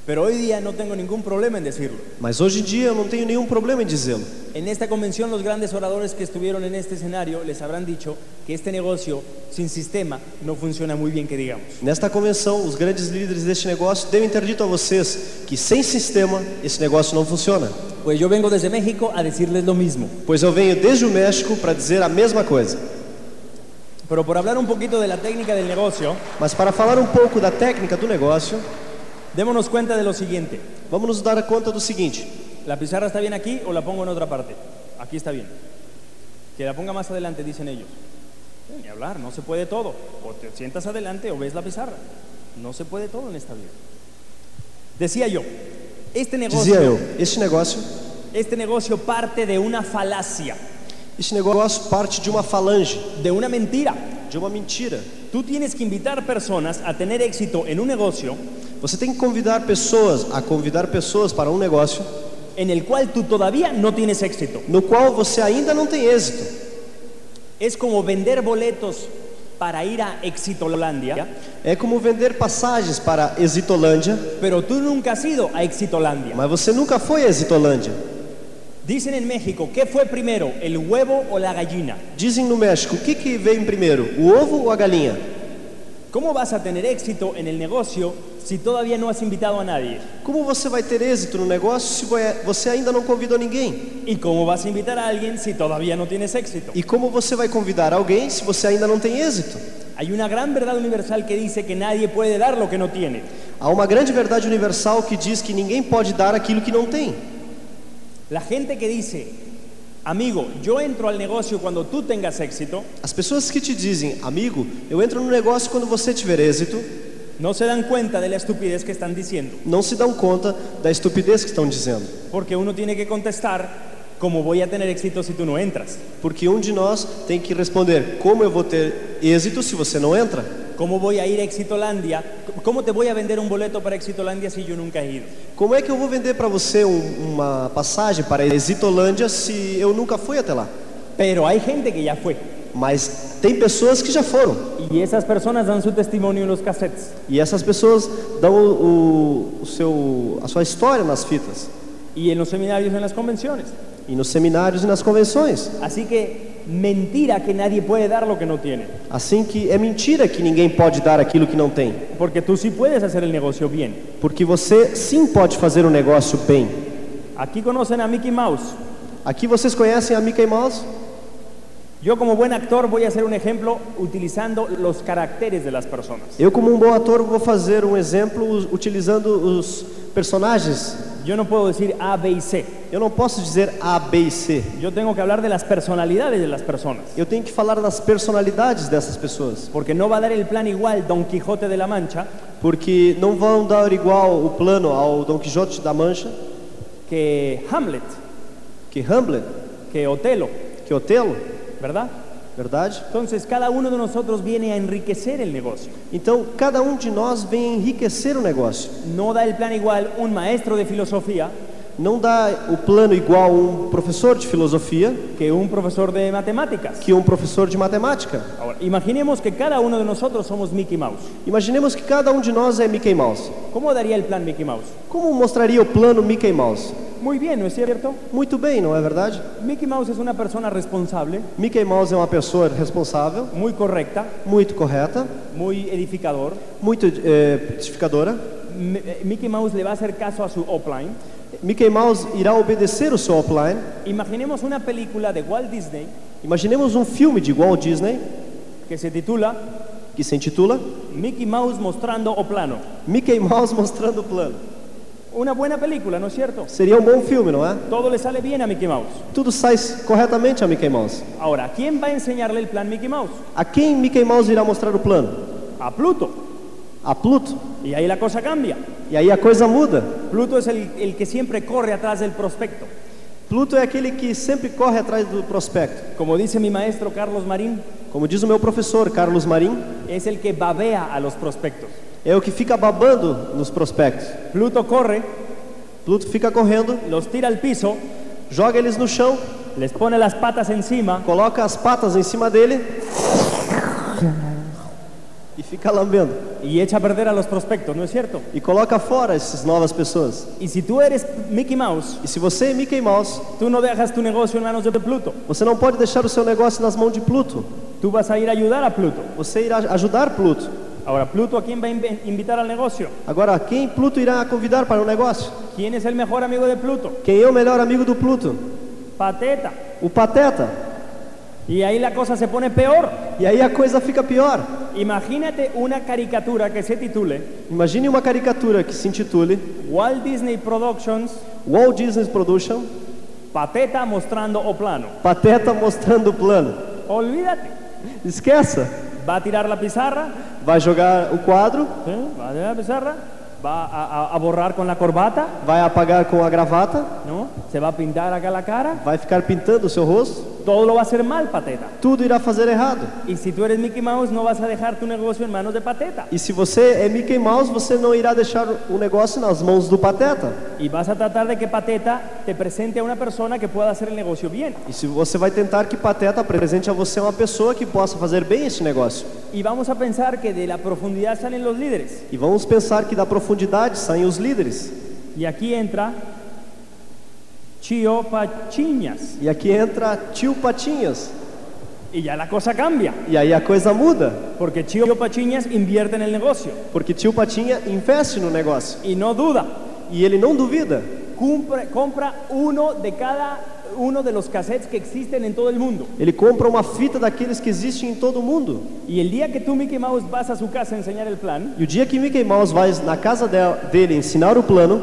Speaker 2: Pero hoy día no tengo ningún problema en decirlo.
Speaker 3: Mas hoje em dia eu não tenho nenhum problema em dizê-lo.
Speaker 2: En esta convención los grandes oradores que estuvieron en este escenario les habrán dicho que este negocio sin sistema no funciona muy bien que digamos.
Speaker 3: Nesta convenção, os grandes líderes deste negócio devem ter dito a vocês que sem sistema esse negócio não funciona.
Speaker 2: Pues yo vengo desde México a decirles lo mismo.
Speaker 3: Pois eu venho desde o México para dizer a mesma coisa.
Speaker 2: Pero por hablar un poquito de la técnica del negocio,
Speaker 3: Mas para falar um pouco da técnica do negócio,
Speaker 2: démonos cuenta de lo siguiente.
Speaker 3: vamos nos dar conta do seguinte:
Speaker 2: ¿La pizarra está bien aquí o la pongo en otra parte? Aquí está bien. Que la ponga más adelante, dicen ellos. Eh, Ni hablar, no se puede todo. O te sientas adelante o ves la pizarra. No se puede todo en esta vida. Decía yo, este
Speaker 3: dizia
Speaker 2: negocio,
Speaker 3: eu, este negócio,
Speaker 2: este negocio parte de una falacia,
Speaker 3: este negócio parte de uma falange,
Speaker 2: de una mentira.
Speaker 3: de uma mentira.
Speaker 2: Tú tienes que invitar personas a tener éxito en un negocio
Speaker 3: Você tem que convidar pessoas a convidar pessoas para um negócio
Speaker 2: en el cual tú todavía no tienes éxito.
Speaker 3: no qual você ainda não tem êxito.
Speaker 2: Es como vender boletos para ir a Exitolandia.
Speaker 3: É como vender passagens para Exitolândia,
Speaker 2: Pero tú nunca has ido a Exitolandia.
Speaker 3: mas você nunca foi a Exitolândia.
Speaker 2: Dicen en México, ¿qué fue primero, el huevo o la gallina?
Speaker 3: Dizem no México, o que, que vem primeiro, o ovo ou a galinha?
Speaker 2: ¿Cómo vas a tener éxito en el negocio si todavía no has invitado a nadie?
Speaker 3: Como você vai ter êxito no negócio se voi- você ainda não convidou ninguém?
Speaker 2: ¿Y cómo vas a invitar a alguien si todavía no tienes éxito?
Speaker 3: E como você vai convidar alguém se você ainda não tem êxito?
Speaker 2: Hay una gran verdad universal que dice que nadie puede dar lo que no tiene.
Speaker 3: Há uma grande verdade universal que diz que ninguém pode dar aquilo que não tem.
Speaker 2: La gente que dice, amigo, yo entro al negocio cuando tú tengas éxito,
Speaker 3: As pessoas que te dizem, amigo, eu entro no negócio quando você tiver êxito,
Speaker 2: no se dan cuenta de la estupidez que están diciendo,
Speaker 3: não se dão conta da estupidez que estão dizendo.
Speaker 2: porque uno tiene que contestar, ¿cómo voy a tener éxito si tú no entras?
Speaker 3: Porque um de nós tem que responder: como eu vou ter êxito se você não entra?
Speaker 2: ¿Cómo voy a ir a Exitolandia? ¿Cómo te voy a vender un boleto para Exitolandia si yo nunca he ido?
Speaker 3: Como é que eu vou vender para você um- uma passagem para a Exitolândia se eu nunca fui até lá?
Speaker 2: Pero hay gente que ya fue.
Speaker 3: Mas tem pessoas que já foram
Speaker 2: Y esas personas dan su testimonio en los cassettes.
Speaker 3: e essas pessoas dão o, o seu, a sua história nas fitas
Speaker 2: Y en los seminarios, en las convenciones.
Speaker 3: e nos seminários e nas convenções.
Speaker 2: Así que mentira que nadie puede dar lo que no tiene.
Speaker 3: Assim que é mentira que ninguém pode dar aquilo que não tem,
Speaker 2: Porque tú sí puedes hacer el negocio bien.
Speaker 3: porque você sim pode fazer um negócio bem.
Speaker 2: Aquí conocen a Mickey Mouse.
Speaker 3: Aqui vocês conhecem a Mickey Mouse?
Speaker 2: Yo como buen actor voy a hacer un ejemplo utilizando los caracteres de las personas.
Speaker 3: Eu, como um bom ator, vou fazer um exemplo us- utilizando os personagens.
Speaker 2: Yo no puedo decir A, B y C.
Speaker 3: Eu não posso dizer A, B e C.
Speaker 2: Yo tengo que hablar de las personalidades de las personas.
Speaker 3: Eu tenho que falar das personalidades dessas pessoas,
Speaker 2: Porque no va a dar el plan igual Don Quijote de la Mancha
Speaker 3: porque não vão dar igual o plano ao Dom Quixote da Mancha,
Speaker 2: que Hamlet,
Speaker 3: que Hamlet,
Speaker 2: que Otelo,
Speaker 3: que Otelo,
Speaker 2: ¿verdad?
Speaker 3: verdade?
Speaker 2: Entonces, cada uno de nosotros viene a enriquecer el negocio.
Speaker 3: Então, cada um de nós vem enriquecer o negócio.
Speaker 2: No da el plan igual un maestro de filosofía
Speaker 3: Não dá o plano igual um professor de filosofia
Speaker 2: que un profesor de matemáticas.
Speaker 3: que um professor de matemática.
Speaker 2: Ahora, imaginemos que cada uno de nosotros somos Mickey Mouse.
Speaker 3: Imaginemos que cada um de nós é Mickey Mouse.
Speaker 2: ¿Cómo daría el plan Mickey Mouse?
Speaker 3: Como mostraria o plano Mickey Mouse?
Speaker 2: Muy bien, ¿no es cierto?
Speaker 3: Muito bem, não é verdade?
Speaker 2: Mickey Mouse es una persona responsable,
Speaker 3: Mickey Mouse é uma pessoa responsável,
Speaker 2: muy correcta,
Speaker 3: muito correta,
Speaker 2: muy edificador.
Speaker 3: muito eh, edificadora.
Speaker 2: M- eh, Mickey Mouse le va a hacer caso a su offline.
Speaker 3: Mickey Mouse irá obedecer o seu offline.
Speaker 2: Imaginemos una película de Walt Disney
Speaker 3: Imaginemos um filme de Walt Disney
Speaker 2: que se titula
Speaker 3: que se intitula
Speaker 2: Mickey Mouse mostrando o plano.
Speaker 3: Mickey Mouse mostrando o plano.
Speaker 2: Una buena película, ¿no es cierto?
Speaker 3: Seria um bom filme, não é?
Speaker 2: Todo le sale bien a Mickey Mouse.
Speaker 3: Tudo sai corretamente a Mickey Mouse.
Speaker 2: Ahora, ¿quién va a enseñarle el plan Mickey Mouse?
Speaker 3: A quem Mickey Mouse irá mostrar o plano?
Speaker 2: A Pluto.
Speaker 3: A Pluto.
Speaker 2: Y ahí la cosa cambia.
Speaker 3: E aí a coisa muda.
Speaker 2: Pluto es el, el que siempre corre atrás del prospecto.
Speaker 3: Pluto é aquele que sempre corre atrás do prospecto.
Speaker 2: Como dice mi maestro Carlos Marín,
Speaker 3: Como diz o meu professor Carlos Marim,
Speaker 2: es el que babea a los prospectos.
Speaker 3: é o que fica babando nos prospectos.
Speaker 2: Pluto corre,
Speaker 3: Pluto fica correndo,
Speaker 2: los tira al piso,
Speaker 3: joga eles no chão,
Speaker 2: les pone las patas encima
Speaker 3: coloca as patas em cima dele e fica lambendo.
Speaker 2: y echa a perder a los prospectos, ¿no es cierto?
Speaker 3: E coloca fora essas novas pessoas.
Speaker 2: Y si tú eres Mickey Mouse,
Speaker 3: E se você é Mickey Mouse,
Speaker 2: tú no dejas tu negocio en manos de Pluto.
Speaker 3: você não pode deixar o seu negócio nas mãos de Pluto.
Speaker 2: Tú vas a ir a ayudar a Pluto.
Speaker 3: Você irá ajudar Pluto.
Speaker 2: Ahora, Pluto, ¿a quién va a inv- invitar al negocio?
Speaker 3: Agora, quem Pluto irá convidar para o negócio?
Speaker 2: ¿Quién es el mejor amigo de Pluto?
Speaker 3: Quem é o melhor amigo do Pluto?
Speaker 2: Pateta.
Speaker 3: O Pateta.
Speaker 2: Y ahí la cosa se pone peor.
Speaker 3: E aí a coisa fica pior.
Speaker 2: Imagínate una caricatura que se titule
Speaker 3: Imagine uma caricatura que se intitule
Speaker 2: Walt Disney Productions
Speaker 3: Walt Disney Production
Speaker 2: Pateta mostrando o plano.
Speaker 3: Pateta mostrando o plano.
Speaker 2: Olvídate.
Speaker 3: Esqueça.
Speaker 2: Va a tirar la pizarra,
Speaker 3: Vai jogar o quadro,
Speaker 2: ¿eh? va a tirar la pizarra, va a, a- a borrar con la corbata,
Speaker 3: vai apagar com a gravata,
Speaker 2: ¿no? Se va a pintar acá la cara.
Speaker 3: vai ficar pintando o seu rosto.
Speaker 2: Todo lo va a hacer mal, Pateta.
Speaker 3: Tudo irá fazer errado.
Speaker 2: Y si tú eres Mickey Mouse, no vas a dejar tu negocio en manos de Pateta.
Speaker 3: E se você é Mickey Mouse, você não irá deixar o negócio nas mãos do Pateta.
Speaker 2: Y vas a tratar de que Pateta te presente a una persona que pueda hacer el negocio bien.
Speaker 3: E se você vai tentar que Pateta apresente a você uma pessoa que possa fazer bem esse negócio.
Speaker 2: Y vamos a pensar que de la profundidad salen los líderes.
Speaker 3: E vamos pensar que da profundidade saem os líderes.
Speaker 2: Y aquí entra Chio Pachiñas.
Speaker 3: E aqui entra tio Patinhas.
Speaker 2: Y ya la cosa cambia,
Speaker 3: E aí a coisa muda,
Speaker 2: porque Chio Pachiñas invierte en el negocio
Speaker 3: porque tio Patinha investe no negócio.
Speaker 2: y no duda.
Speaker 3: E ele não duvida.
Speaker 2: Cumpre- compra uno de cada uno de los cassettes que existen en todo el mundo.
Speaker 3: Ele compra uma fita daqueles que existem em todo o mundo.
Speaker 2: Y el día que tú, Mickey Mouse, vas a su casa a enseñar el plan,
Speaker 3: E o dia que Mickey Mouse vai na casa de- dele ensinar o plano,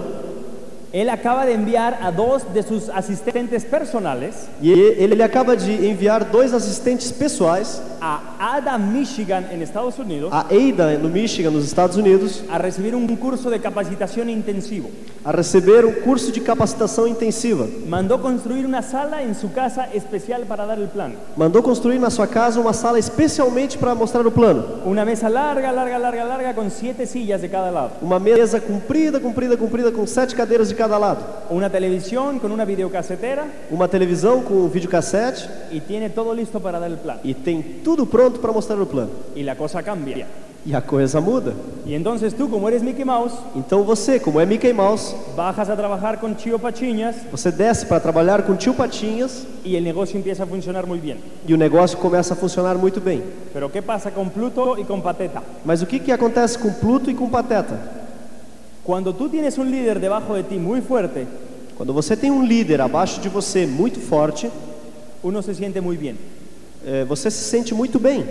Speaker 2: Él acaba de enviar a dos de sus asistentes personales
Speaker 3: e ele, ele acaba de enviar dois assistentes pessoais
Speaker 2: a Ada, Michigan, en Estados Unidos,
Speaker 3: a Ada, no Michigan, nos Estados Unidos,
Speaker 2: a recibir un curso de capacitación intensivo.
Speaker 3: a receber um curso de capacitação intensiva.
Speaker 2: Mandó construir una sala en su casa especial para dar el plan.
Speaker 3: Mandou construir na sua casa uma sala especialmente para mostrar o plano.
Speaker 2: Una mesa larga, larga, larga, larga, con siete sillas de cada lado.
Speaker 3: Uma mesa comprida, comprida, comprida, com sete cadeiras de cada lado.
Speaker 2: Una televisión con una videocasetera
Speaker 3: Uma televisão com um videocassete
Speaker 2: y tiene todo listo para dar el plan.
Speaker 3: e tem tudo pronto para mostrar o plano.
Speaker 2: Y la cosa cambia.
Speaker 3: E a coisa muda.
Speaker 2: Y entonces tú, como eres Mickey Mouse,
Speaker 3: Então você, como é Mickey Mouse,
Speaker 2: bajas a trabajar con Chio Pachiñas
Speaker 3: você desce para trabalhar com tio Patinhas
Speaker 2: y el negocio empieza a funcionar muy bien.
Speaker 3: e o negócio começa a funcionar muito bem.
Speaker 2: Pero ¿qué pasa con Pluto y con Pateta?
Speaker 3: Mas o que, que acontece com Pluto e com Pateta?
Speaker 2: Cuando tú tienes un líder debajo de ti muy fuerte,
Speaker 3: Quando você tem um líder abaixo de você muito forte,
Speaker 2: uno se siente muy bien.
Speaker 3: eh, você se sente muito bem.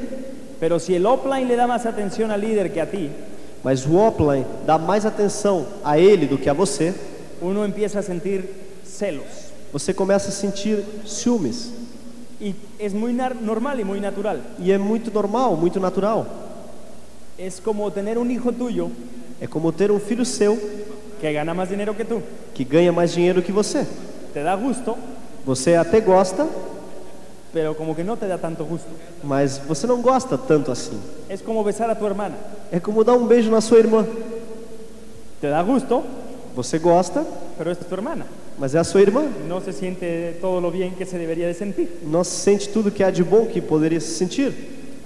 Speaker 2: Pero si el offline le da más atención al líder que a ti,
Speaker 3: Mas o offline dá mais atenção a ele do que a você.
Speaker 2: uno empieza a sentir celos.
Speaker 3: Você começa a sentir ciúmes.
Speaker 2: Y es muy nar- normal y muy natural.
Speaker 3: E é muito normal, muito natural.
Speaker 2: Es como tener un hijo tuyo
Speaker 3: É como ter um filho seu
Speaker 2: que gana más dinero que tú.
Speaker 3: que ganha mais dinheiro que você.
Speaker 2: Te da gusto,
Speaker 3: Você até gosta,
Speaker 2: pero como que no te da tanto gusto.
Speaker 3: mas você não gosta tanto assim.
Speaker 2: Es como besar a tu hermana.
Speaker 3: É como dar um beijo na sua irmã.
Speaker 2: Te da gusto,
Speaker 3: Você gosta,
Speaker 2: pero es tu hermana.
Speaker 3: mas é a sua irmã.
Speaker 2: No se siente todo lo bien que se debería de sentir.
Speaker 3: Não se sente tudo que há de bom que poderia se sentir.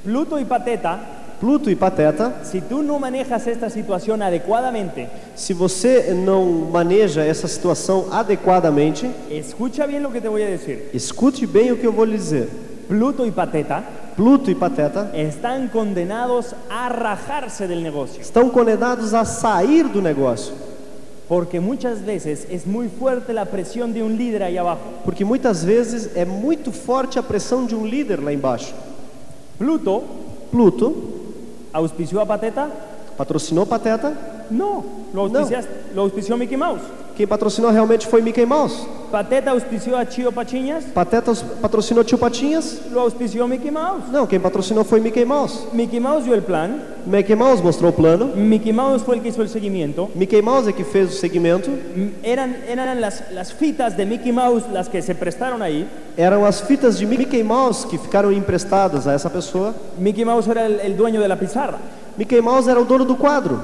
Speaker 2: Pluto y Pateta,
Speaker 3: Pluto e Pateta,
Speaker 2: si tú no manejas esta situación adecuadamente,
Speaker 3: se você não maneja essa situação adequadamente,
Speaker 2: escucha bien lo que te voy a decir.
Speaker 3: escute bem o que eu vou lhe dizer.
Speaker 2: Pluto y Pateta
Speaker 3: Pluto e Pateta
Speaker 2: están condenados a rajarse del negocio,
Speaker 3: estão condenados a sair do negócio,
Speaker 2: porque muchas veces es muy fuerte la presión de un líder ahí abajo.
Speaker 3: porque muitas vezes é muito forte a pressão de um líder lá embaixo.
Speaker 2: Pluto
Speaker 3: Pluto
Speaker 2: auspició a Pateta?
Speaker 3: patrocinou Pateta,
Speaker 2: No, lo, auspicias- lo auspició Mickey Mouse.
Speaker 3: quem patrocinou realmente foi Mickey Mouse.
Speaker 2: Pateta auspició a Chio Pachiñas?
Speaker 3: Pateta os- patrocinou Tio Patinhas?
Speaker 2: Lo auspició Mickey Mouse.
Speaker 3: Não, quem patrocinou foi Mickey Mouse.
Speaker 2: Mickey Mouse dio el plan,
Speaker 3: Mickey Mouse mostrou o plano.
Speaker 2: Mickey Mouse fue el que hizo el seguimiento.
Speaker 3: Mickey Mouse é que fez o segmento.
Speaker 2: Mm, Eran, eran las, las fitas de Mickey Mouse las que se prestaron ahí.
Speaker 3: Eram as fitas de Mickey Mouse que ficaram emprestadas a essa pessoa.
Speaker 2: Mickey Mouse era el, el dueño de la pizarra.
Speaker 3: Mickey Mouse era o dono do quadro.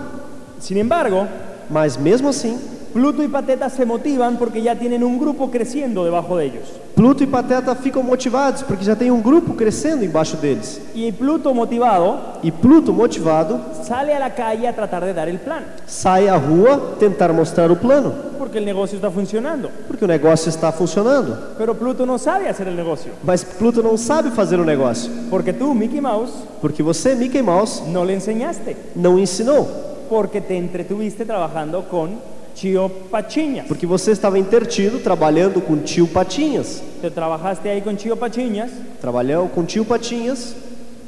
Speaker 2: Sin embargo,
Speaker 3: Mas mesmo assim,
Speaker 2: Pluto y Pateta se motivan porque ya tienen un grupo creciendo debajo de ellos.
Speaker 3: Pluto e Pateta ficam motivados porque já tem um grupo crescendo embaixo deles.
Speaker 2: Y Pluto motivado
Speaker 3: E Pluto, motivado,
Speaker 2: sale a la calle a tratar de dar el plan,
Speaker 3: sai à rua tentar mostrar o plano,
Speaker 2: porque el negocio está funcionando.
Speaker 3: porque o negócio está funcionando.
Speaker 2: Pero Pluto no sabe hacer el negocio,
Speaker 3: Mas Pluto não sabe fazer o negócio,
Speaker 2: porque tú, Mickey Mouse,
Speaker 3: porque você, Mickey Mouse,
Speaker 2: no le enseñaste,
Speaker 3: não ensinou,
Speaker 2: porque te entretuviste trabajando con Chio Pachiñas.
Speaker 3: porque você estava intertido trabalhando com tio Patinhas.
Speaker 2: Te trabajaste ahí con Chio Pachiñas,
Speaker 3: Trabalhou com tio Patinhas,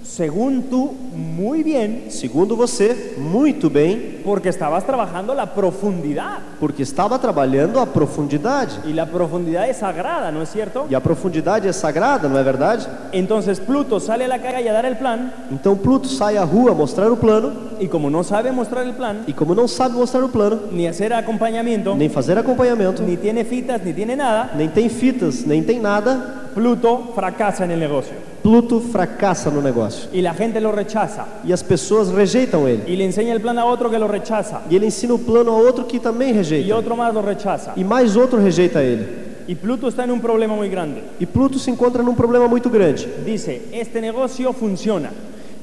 Speaker 2: según tú, muy bien,
Speaker 3: segundo você, muito bem,
Speaker 2: porque estabas trabajando la profundidad.
Speaker 3: porque estava trabalhando a profundidade.
Speaker 2: Y la profundidad es sagrada, ¿no es cierto?
Speaker 3: E a profundidade é sagrada, não é verdade?
Speaker 2: Entonces Pluto sale a la calle a dar el plan,
Speaker 3: Então Pluto sai à rua mostrar o plano,
Speaker 2: y como no sabe mostrar el plan,
Speaker 3: e como não sabe mostrar o plano,
Speaker 2: ni hacer acompañamiento,
Speaker 3: nem fazer acompanhamento,
Speaker 2: ni tiene fitas, ni tiene nada,
Speaker 3: nem tem fitas, nem tem nada,
Speaker 2: Pluto fracasa en el negocio.
Speaker 3: Pluto fracassa no negócio.
Speaker 2: Y la gente lo rechaza.
Speaker 3: E as pessoas rejeitam ele.
Speaker 2: Y le enseña el plan a otro que lo rechaza.
Speaker 3: E ele ensina o plano a outro que também
Speaker 2: Y
Speaker 3: rejeita.
Speaker 2: otro más lo rechaza.
Speaker 3: E mais outro rejeita ele.
Speaker 2: Y Pluto está en un problema muy grande.
Speaker 3: E Pluto se encontra num problema muito grande.
Speaker 2: Dice, este negocio funciona.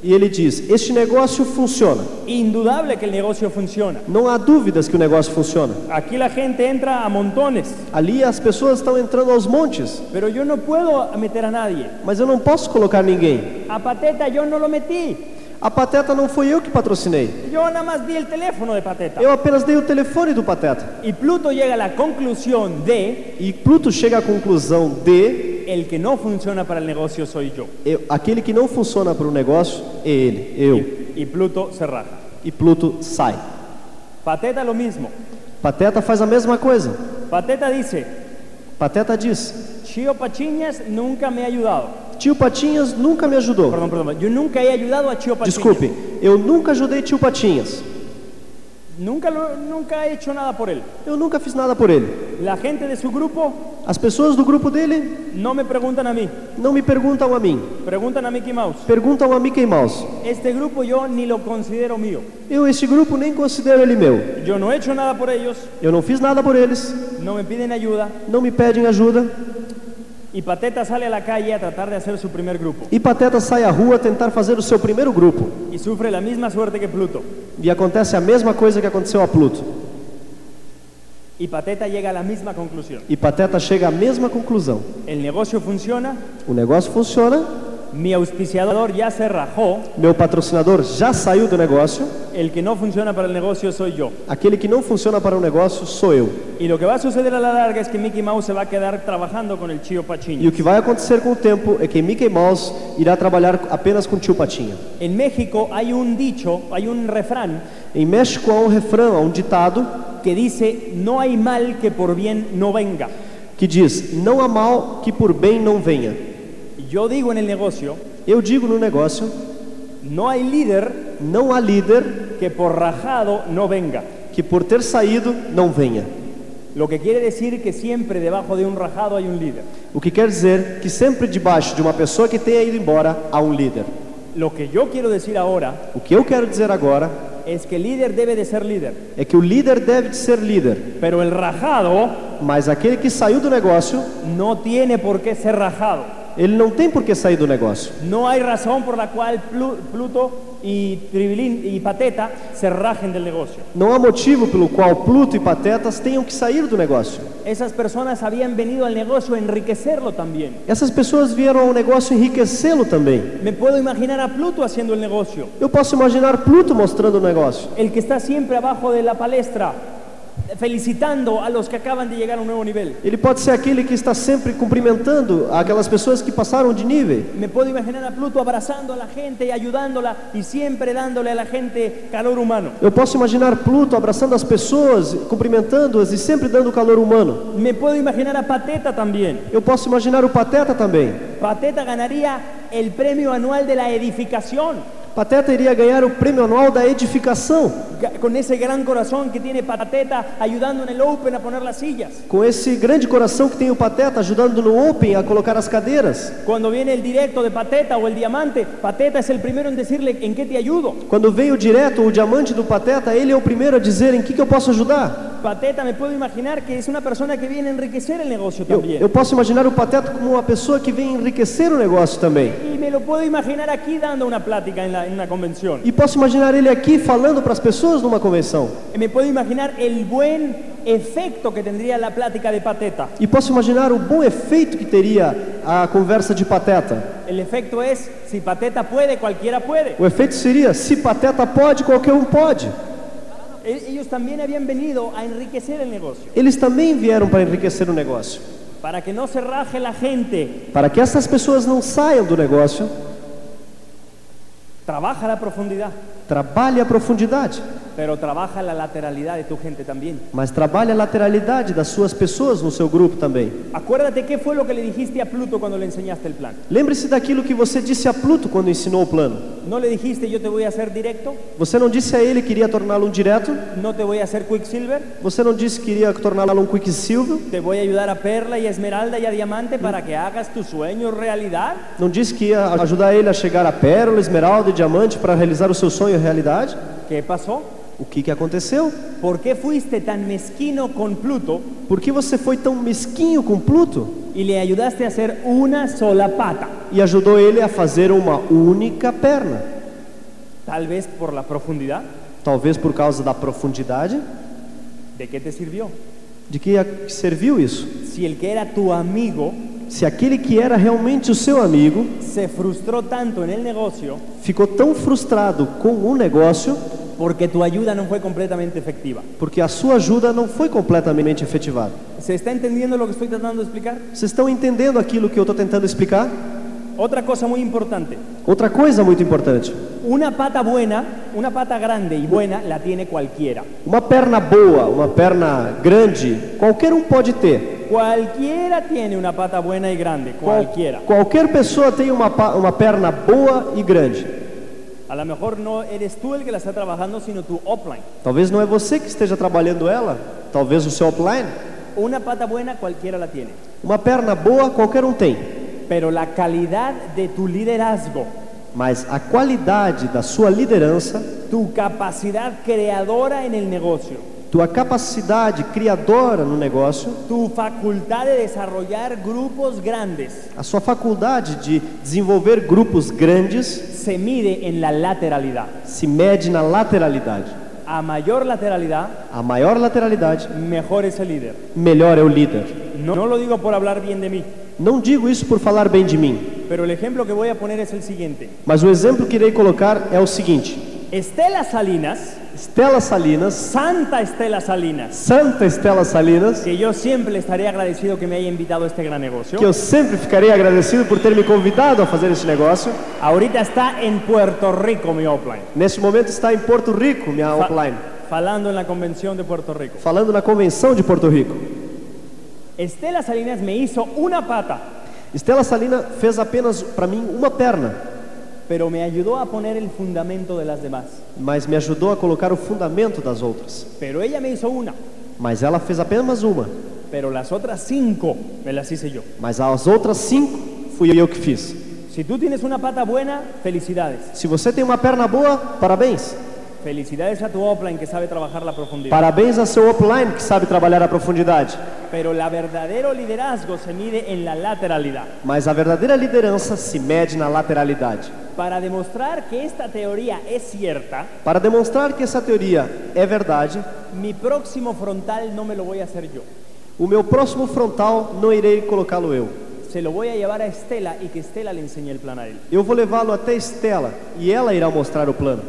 Speaker 3: E ele diz: Este negócio funciona.
Speaker 2: Indudable que el negocio funciona.
Speaker 3: Não há dúvidas que o negócio funciona.
Speaker 2: Aquí la gente entra a montones,
Speaker 3: Ali as pessoas estão entrando aos montes,
Speaker 2: pero yo no puedo meter a nadie.
Speaker 3: mas eu não posso colocar ninguém.
Speaker 2: A Pateta yo no lo metí.
Speaker 3: A pateta não foi eu que patrocinei.
Speaker 2: Yo nada más di el teléfono de Pateta.
Speaker 3: Eu apenas dei o telefone do pateta.
Speaker 2: Y Pluto llega a la conclusión de,
Speaker 3: E Pluto chega à conclusão de:
Speaker 2: el que no funciona para el negocio soy yo.
Speaker 3: eu- aquele que não funciona para o negócio é ele, eu.
Speaker 2: Y, y Pluto se raja.
Speaker 3: E Pluto sai.
Speaker 2: Pateta lo mismo.
Speaker 3: Pateta faz a mesma coisa.
Speaker 2: Pateta dice,
Speaker 3: Pateta diz:
Speaker 2: Chio Pachiñas nunca me ha ayudado.
Speaker 3: Tio Patinhas nunca me ajudou.
Speaker 2: Perdón, perdón, yo nunca he ayudado a Chio Pachiñas.
Speaker 3: Desculpe, eu nunca ajudei tio Patinhas.
Speaker 2: Nunca, lo- nunca he hecho nada por él.
Speaker 3: Eu nunca fiz nada por ele.
Speaker 2: La gente de su grupo
Speaker 3: As pessoas do grupo dele
Speaker 2: no me preguntan a mí,
Speaker 3: não me perguntam a mim,
Speaker 2: preguntan a Mickey Mouse.
Speaker 3: perguntam a Mickey Mouse.
Speaker 2: Este grupo yo ni lo considero mío.
Speaker 3: Eu, este grupo, nem considero ele meu.
Speaker 2: Yo no he hecho nada por ellos,
Speaker 3: Eu não fiz nada por eles,
Speaker 2: no me piden ayuda.
Speaker 3: não me pedem ajuda.
Speaker 2: Y Pateta sale a la calle a tratar de hacer su primer grupo.
Speaker 3: E Pateta sai à rua tentar fazer o seu primeiro grupo.
Speaker 2: Y sufre la misma suerte que Pluto.
Speaker 3: E acontece a mesma coisa que aconteceu a Pluto.
Speaker 2: Y Pateta llega a la misma conclusión.
Speaker 3: E Pateta chega à mesma conclusão.
Speaker 2: El negocio funciona,
Speaker 3: O negócio funciona,
Speaker 2: mi auspiciador ya se rajó,
Speaker 3: meu patrocinador já saiu do negócio,
Speaker 2: el que no funciona para el negocio soy yo.
Speaker 3: aquele que não funciona para o negócio sou eu.
Speaker 2: Y lo que va a suceder a la larga es que Mickey Mouse se va a quedar trabajando con el Chio
Speaker 3: E
Speaker 2: Pachiño.
Speaker 3: o que vai acontecer com o tempo é que Mickey Mouse irá trabalhar apenas com tio Patinha.
Speaker 2: En México hay un dicho, hay un refrán
Speaker 3: Em México há um refrão, há um ditado
Speaker 2: que dice, no hay mal que por bien no venga.
Speaker 3: que diz: Não há mal que por bem não venha.
Speaker 2: Yo digo en el negocio,
Speaker 3: Eu digo no negócio:
Speaker 2: no hay líder
Speaker 3: não há líder
Speaker 2: que por rajado no venga.
Speaker 3: que por ter saído não venha.
Speaker 2: Lo que quiere decir que siempre debajo de un rajado hay un líder.
Speaker 3: O que quer dizer que sempre debaixo de uma pessoa que tenha ido embora há um líder.
Speaker 2: Lo que yo quiero decir ahora
Speaker 3: O que eu quero dizer agora
Speaker 2: es que el líder debe de ser líder,
Speaker 3: é que o líder deve de ser líder,
Speaker 2: pero el rajado
Speaker 3: mas aquele que saiu do negócio,
Speaker 2: no tiene por qué ser rajado.
Speaker 3: ele não tem por que sair do negócio.
Speaker 2: No hay razón por la cual Plu- Pluto y Tribilín y Pateta se rajen del negocio.
Speaker 3: Não há motivo pelo qual Pluto e Patetas tenham que sair do negócio.
Speaker 2: Esas personas habían venido al negocio a enriquecerlo también.
Speaker 3: Essas pessoas vieram ao negócio enriquecê-lo também.
Speaker 2: Me puedo imaginar a Pluto haciendo el negocio,
Speaker 3: Eu posso imaginar Pluto mostrando o negócio.
Speaker 2: el que está siempre abajo de la palestra, felicitando a los que acaban de llegar a un nuevo nivel.
Speaker 3: Ele pode ser aquele que está sempre cumprimentando aquelas pessoas que passaram de nível.
Speaker 2: Me puedo imaginar a Pluto abrazando a la gente y ayudándola y siempre dándole a la gente calor humano.
Speaker 3: Eu posso imaginar Pluto abraçando as pessoas, cumprimentando-as e sempre dando calor humano.
Speaker 2: Me puedo imaginar a Pateta también.
Speaker 3: Eu posso imaginar o Pateta também.
Speaker 2: Pateta ganaría el premio anual de la edificación.
Speaker 3: Pateta iria ganhar o prêmio anual da edificação,
Speaker 2: Ga- Con ese gran corazón que tiene Pateta ayudando en el Open a poner las sillas.
Speaker 3: com esse grande coração que tem o Pateta ajudando no Open a colocar as cadeiras.
Speaker 2: Cuando viene el directo de Pateta o el diamante, Pateta es el primero en decirle en qué te ayudo.
Speaker 3: Quando veio direto o diamante do Pateta, ele é o primeiro a dizer em que, que eu posso ajudar.
Speaker 2: Pateta me puedo imaginar que es una persona que viene a enriquecer el negocio
Speaker 3: Eu,
Speaker 2: también.
Speaker 3: eu posso imaginar o Pateta como uma pessoa que vem enriquecer o negócio também.
Speaker 2: Y me lo puedo imaginar aquí dando una plática en, la- en una convención.
Speaker 3: E posso imaginar ele aqui falando para as pessoas numa convenção.
Speaker 2: Me puedo imaginar el buen efecto que tendría la plática de Pateta.
Speaker 3: E posso imaginar o bom efeito que teria a conversa de Pateta.
Speaker 2: El efecto es, si Pateta puede, cualquiera puede.
Speaker 3: O efeito seria: se Pateta pode, qualquer um pode.
Speaker 2: E- Ellos también habían venido a enriquecer el negocio.
Speaker 3: Eles também vieram para enriquecer o negócio.
Speaker 2: Para que no se raje la gente,
Speaker 3: Para que essas pessoas não saiam do negócio,
Speaker 2: trabaja la profundidad,
Speaker 3: trabalhe a profundidade,
Speaker 2: pero trabaja la lateralidad de tu gente también.
Speaker 3: mas trabalhe a lateralidade das suas pessoas no seu grupo também.
Speaker 2: Acuérdate qué fue lo que le dijiste a Pluto cuando le enseñaste el plan.
Speaker 3: Lembre-se daquilo que você disse a Pluto quando ensinou o plano.
Speaker 2: No le dijiste yo te voy a hacer directo,
Speaker 3: Você não disse a ele que iria torná-lo um direto,
Speaker 2: no te voy a hacer Quicksilver,
Speaker 3: você não disse que iria torná-lo um quicksilver,
Speaker 2: Te voy a ayudar a Perla y a Esmeralda y a Diamante para que hagas tu sueño realidad.
Speaker 3: Não disse que ia ajudar ele a chegar à pérola, esmeralda e diamante para realizar o seu sonho realidade?
Speaker 2: ¿Qué pasó?
Speaker 3: O que, que aconteceu?
Speaker 2: ¿Por qué fuiste tan mezquino con Pluto
Speaker 3: Por que você foi tão mesquinho com Pluto
Speaker 2: y le ayudaste a hacer una sola pata?
Speaker 3: e ajudou ele a fazer uma única perna?
Speaker 2: Tal vez por la profundidad.
Speaker 3: Talvez por causa da profundidade?
Speaker 2: ¿De qué te sirvió?
Speaker 3: De que a- serviu isso?
Speaker 2: Si el que era tu amigo
Speaker 3: Se aquele que era realmente o seu amigo
Speaker 2: se frustró tanto en el negocio
Speaker 3: ficou tão frustrado com o negócio
Speaker 2: porque tu ayuda no fue completamente efectiva.
Speaker 3: porque a sua ajuda não foi completamente efetivada.
Speaker 2: ¿Se está entendiendo lo que estoy tratando de explicar?
Speaker 3: Vocês estão entendendo aquilo que eu estou tentando explicar?
Speaker 2: Otra cosa muy importante.
Speaker 3: Outra coisa muito importante.
Speaker 2: Una pata buena, una pata grande y buena la tiene cualquiera.
Speaker 3: Uma perna boa, uma perna grande, qualquer um pode ter.
Speaker 2: Cualquiera tiene una pata buena y grande,
Speaker 3: Qual-
Speaker 2: cualquiera.
Speaker 3: qualquer pessoa tem uma, pa- uma perna boa e grande.
Speaker 2: A lo mejor no eres tú el que la está trabajando, sino tu offline.
Speaker 3: Talvez não é você que esteja trabalhando ela, talvez o seu offline.
Speaker 2: Una pata buena cualquiera la tiene,
Speaker 3: Uma perna boa qualquer um tem,
Speaker 2: pero la calidad de tu liderazgo,
Speaker 3: mas a qualidade da sua liderança,
Speaker 2: tu capacidad creadora en el negocio,
Speaker 3: tua capacidade criadora no negócio,
Speaker 2: tu facultad de desarrollar grupos grandes,
Speaker 3: a sua faculdade de desenvolver grupos grandes
Speaker 2: se mide en la lateralidad.
Speaker 3: se mede na lateralidade.
Speaker 2: A mayor lateralidad,
Speaker 3: A maior lateralidade,
Speaker 2: mejor es el líder.
Speaker 3: melhor é o líder.
Speaker 2: No, no lo digo por hablar bien de mí,
Speaker 3: Não digo isso por falar bem de mim.
Speaker 2: pero el ejemplo que voy a poner es el siguiente.
Speaker 3: Mas o exemplo que irei colocar é o seguinte:
Speaker 2: Estela Salinas,
Speaker 3: Estela Salinas,
Speaker 2: Santa Estela Salinas,
Speaker 3: Santa Estela Salinas,
Speaker 2: que yo siempre le estaré agradecido que me haya invitado a este gran negocio.
Speaker 3: que eu sempre ficarei agradecido por ter me convidado a fazer este negócio.
Speaker 2: Ahorita está en Puerto Rico mi offline.
Speaker 3: Neste momento está em Porto Rico, minha
Speaker 2: Fa-
Speaker 3: offline,
Speaker 2: Falando en la convención de Puerto Rico.
Speaker 3: falando na convenção de Porto Rico.
Speaker 2: Estela Salinas me hizo una pata,
Speaker 3: Estela Salina fez apenas para mim uma perna,
Speaker 2: pero me ayudó a poner el fundamento de las demás.
Speaker 3: mas me ajudou a colocar o fundamento das outras.
Speaker 2: Pero ella me hizo una.
Speaker 3: Mas ela fez apenas uma.
Speaker 2: Pero las otras cinco me las hice yo.
Speaker 3: Mas as outras cinco fui eu que fiz.
Speaker 2: Si tú tienes una pata buena, felicidades.
Speaker 3: Se você tem uma perna boa, parabéns.
Speaker 2: Felicidades a tu offline que sabe trabajar la profundidad.
Speaker 3: Parabéns a seu offline que sabe trabalhar a profundidade.
Speaker 2: Pero el verdadero liderazgo se mide en la lateralidad.
Speaker 3: Mas a verdadeira liderança se mede na lateralidade.
Speaker 2: Para demostrar que esta teoría es cierta,
Speaker 3: Para demonstrar que essa teoria é verdade,
Speaker 2: mi próximo frontal no me lo voy a hacer yo.
Speaker 3: o meu próximo frontal não irei colocá-lo eu.
Speaker 2: Se lo voy a llevar a Estela y que Estela le enseñe el plan a él.
Speaker 3: Eu vou levá-lo até Estela e ela irá mostrar o plano.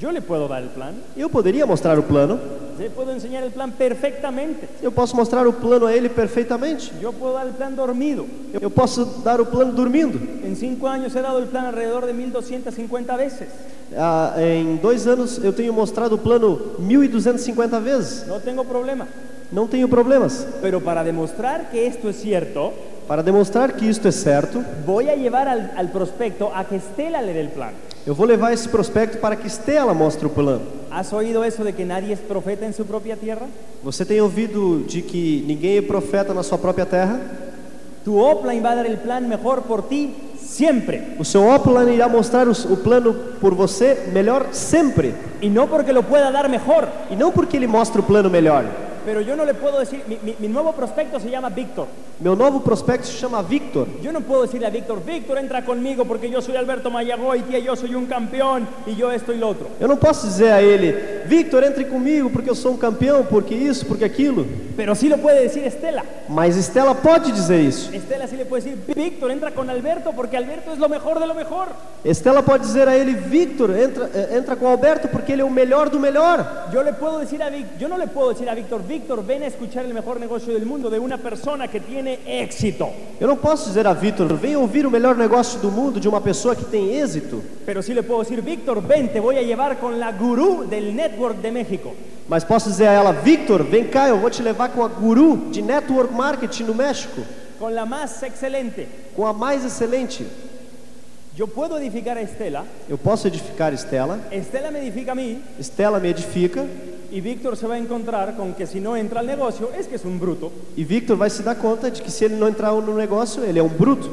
Speaker 2: Yo le puedo dar el plan,
Speaker 3: Eu poderia mostrar o plano,
Speaker 2: le puedo enseñar el plan perfectamente.
Speaker 3: eu posso mostrar o plano a ele perfeitamente.
Speaker 2: Yo puedo dar el plan dormido.
Speaker 3: Eu posso dar o plano dormindo.
Speaker 2: En cinco años he dado el plan alrededor de 1250 veces.
Speaker 3: Ah, em dois anos eu tenho mostrado o plano 1250 vezes.
Speaker 2: No tengo problema.
Speaker 3: Não tenho problemas.
Speaker 2: Pero para demostrar que esto es cierto,
Speaker 3: Para demonstrar que isto é certo,
Speaker 2: voy a llevar al, al prospecto a que Estela le dé el plan.
Speaker 3: eu vou levar esse prospecto para que Estela mostre o plano.
Speaker 2: ¿Has oído eso de que nadie es profeta en su propia tierra?
Speaker 3: Você tem ouvido de que ninguém é profeta na sua própria terra?
Speaker 2: Tu offline va a dar el plan mejor por ti siempre.
Speaker 3: O seu offline irá mostrar os- o plano por você melhor sempre.
Speaker 2: Y no porque lo pueda dar mejor.
Speaker 3: E não porque ele mostra o plano melhor.
Speaker 2: Pero yo no le puedo decir, mi, mi- mi nuevo prospecto se llama Víctor.
Speaker 3: Meu novo prospecto se chama Victor.
Speaker 2: Yo no puedo decirle a Víctor, Víctor entra conmigo porque yo soy Alberto Mayagó y tía, yo soy un campeón y yo esto y lo otro.
Speaker 3: Eu não posso dizer a ele, Victor, entre comigo porque eu sou um campeão, porque isso, porque aquilo.
Speaker 2: Pero sí lo puede decir Estela.
Speaker 3: Mas Estela pode dizer isso.
Speaker 2: Estela sí le puede decir, Víctor entra con Alberto porque Alberto es lo mejor de lo mejor.
Speaker 3: Estela pode dizer a ele, Victor, entra, eh, entra com Alberto porque ele é o melhor do melhor.
Speaker 2: Yo le puedo decir a Vic- yo no le puedo decir a Víctor, Víctor, ven a escuchar el mejor negocio del mundo de una persona que tiene éxito.
Speaker 3: Eu não posso dizer a Victor, vem ouvir o melhor negócio do mundo de uma pessoa que tem êxito.
Speaker 2: Pero sí le puedo decir, Víctor, ven, te voy a llevar con la gurú del network de México.
Speaker 3: Mas posso dizer a ela, Victor, vem cá, eu vou te levar com a guru de network marketing no México,
Speaker 2: con la más excelente.
Speaker 3: com a mais excelente.
Speaker 2: Yo puedo edificar a Estela,
Speaker 3: Eu posso edificar Estela,
Speaker 2: Estela me edifica a mí
Speaker 3: Estela me edifica
Speaker 2: y Víctor se va a encontrar con que si no entra al negocio es que es un bruto.
Speaker 3: e Victor vai se dar conta de que se ele não entrar no negócio, ele é um bruto.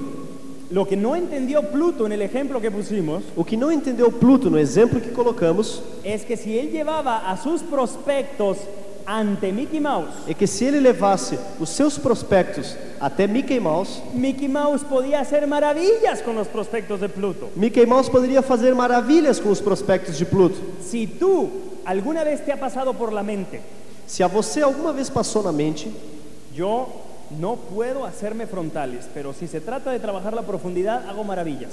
Speaker 2: Lo que no entendió Pluto en el ejemplo que pusimos
Speaker 3: O que não entendeu Pluto no exemplo que colocamos
Speaker 2: es que si él llevaba a sus prospectos ante Mickey Mouse,
Speaker 3: é que se ele levasse os seus prospectos até Mickey Mouse,
Speaker 2: Mickey Mouse podía hacer maravillas con los prospectos de Pluto.
Speaker 3: Mickey Mouse poderia fazer maravilhas com os prospectos de Pluto.
Speaker 2: Si tú alguna vez te ha pasado por la mente,
Speaker 3: Se a você alguma vez passou na mente,
Speaker 2: yo no puedo hacerme frontales, pero si se trata de trabajar la profundidad, hago maravillas.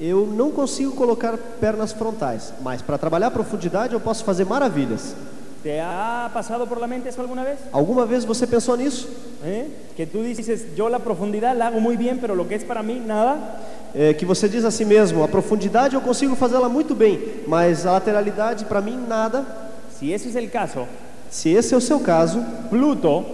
Speaker 3: eu não consigo colocar pernas frontais, mas para trabalhar a profundidade eu posso fazer maravilhas.
Speaker 2: ¿Te ha pasado por la mente eso alguna vez?
Speaker 3: Alguma vez você pensou nisso?
Speaker 2: ¿Eh? Que tú dices, yo la profundidad la hago muy bien, pero lo que es para mí, nada.
Speaker 3: É, que você diz a si mesmo, a profundidade eu consigo fazê-la muito bem, mas a lateralidade para mim nada.
Speaker 2: Si ese es el caso,
Speaker 3: Se esse é o seu caso,
Speaker 2: Pluto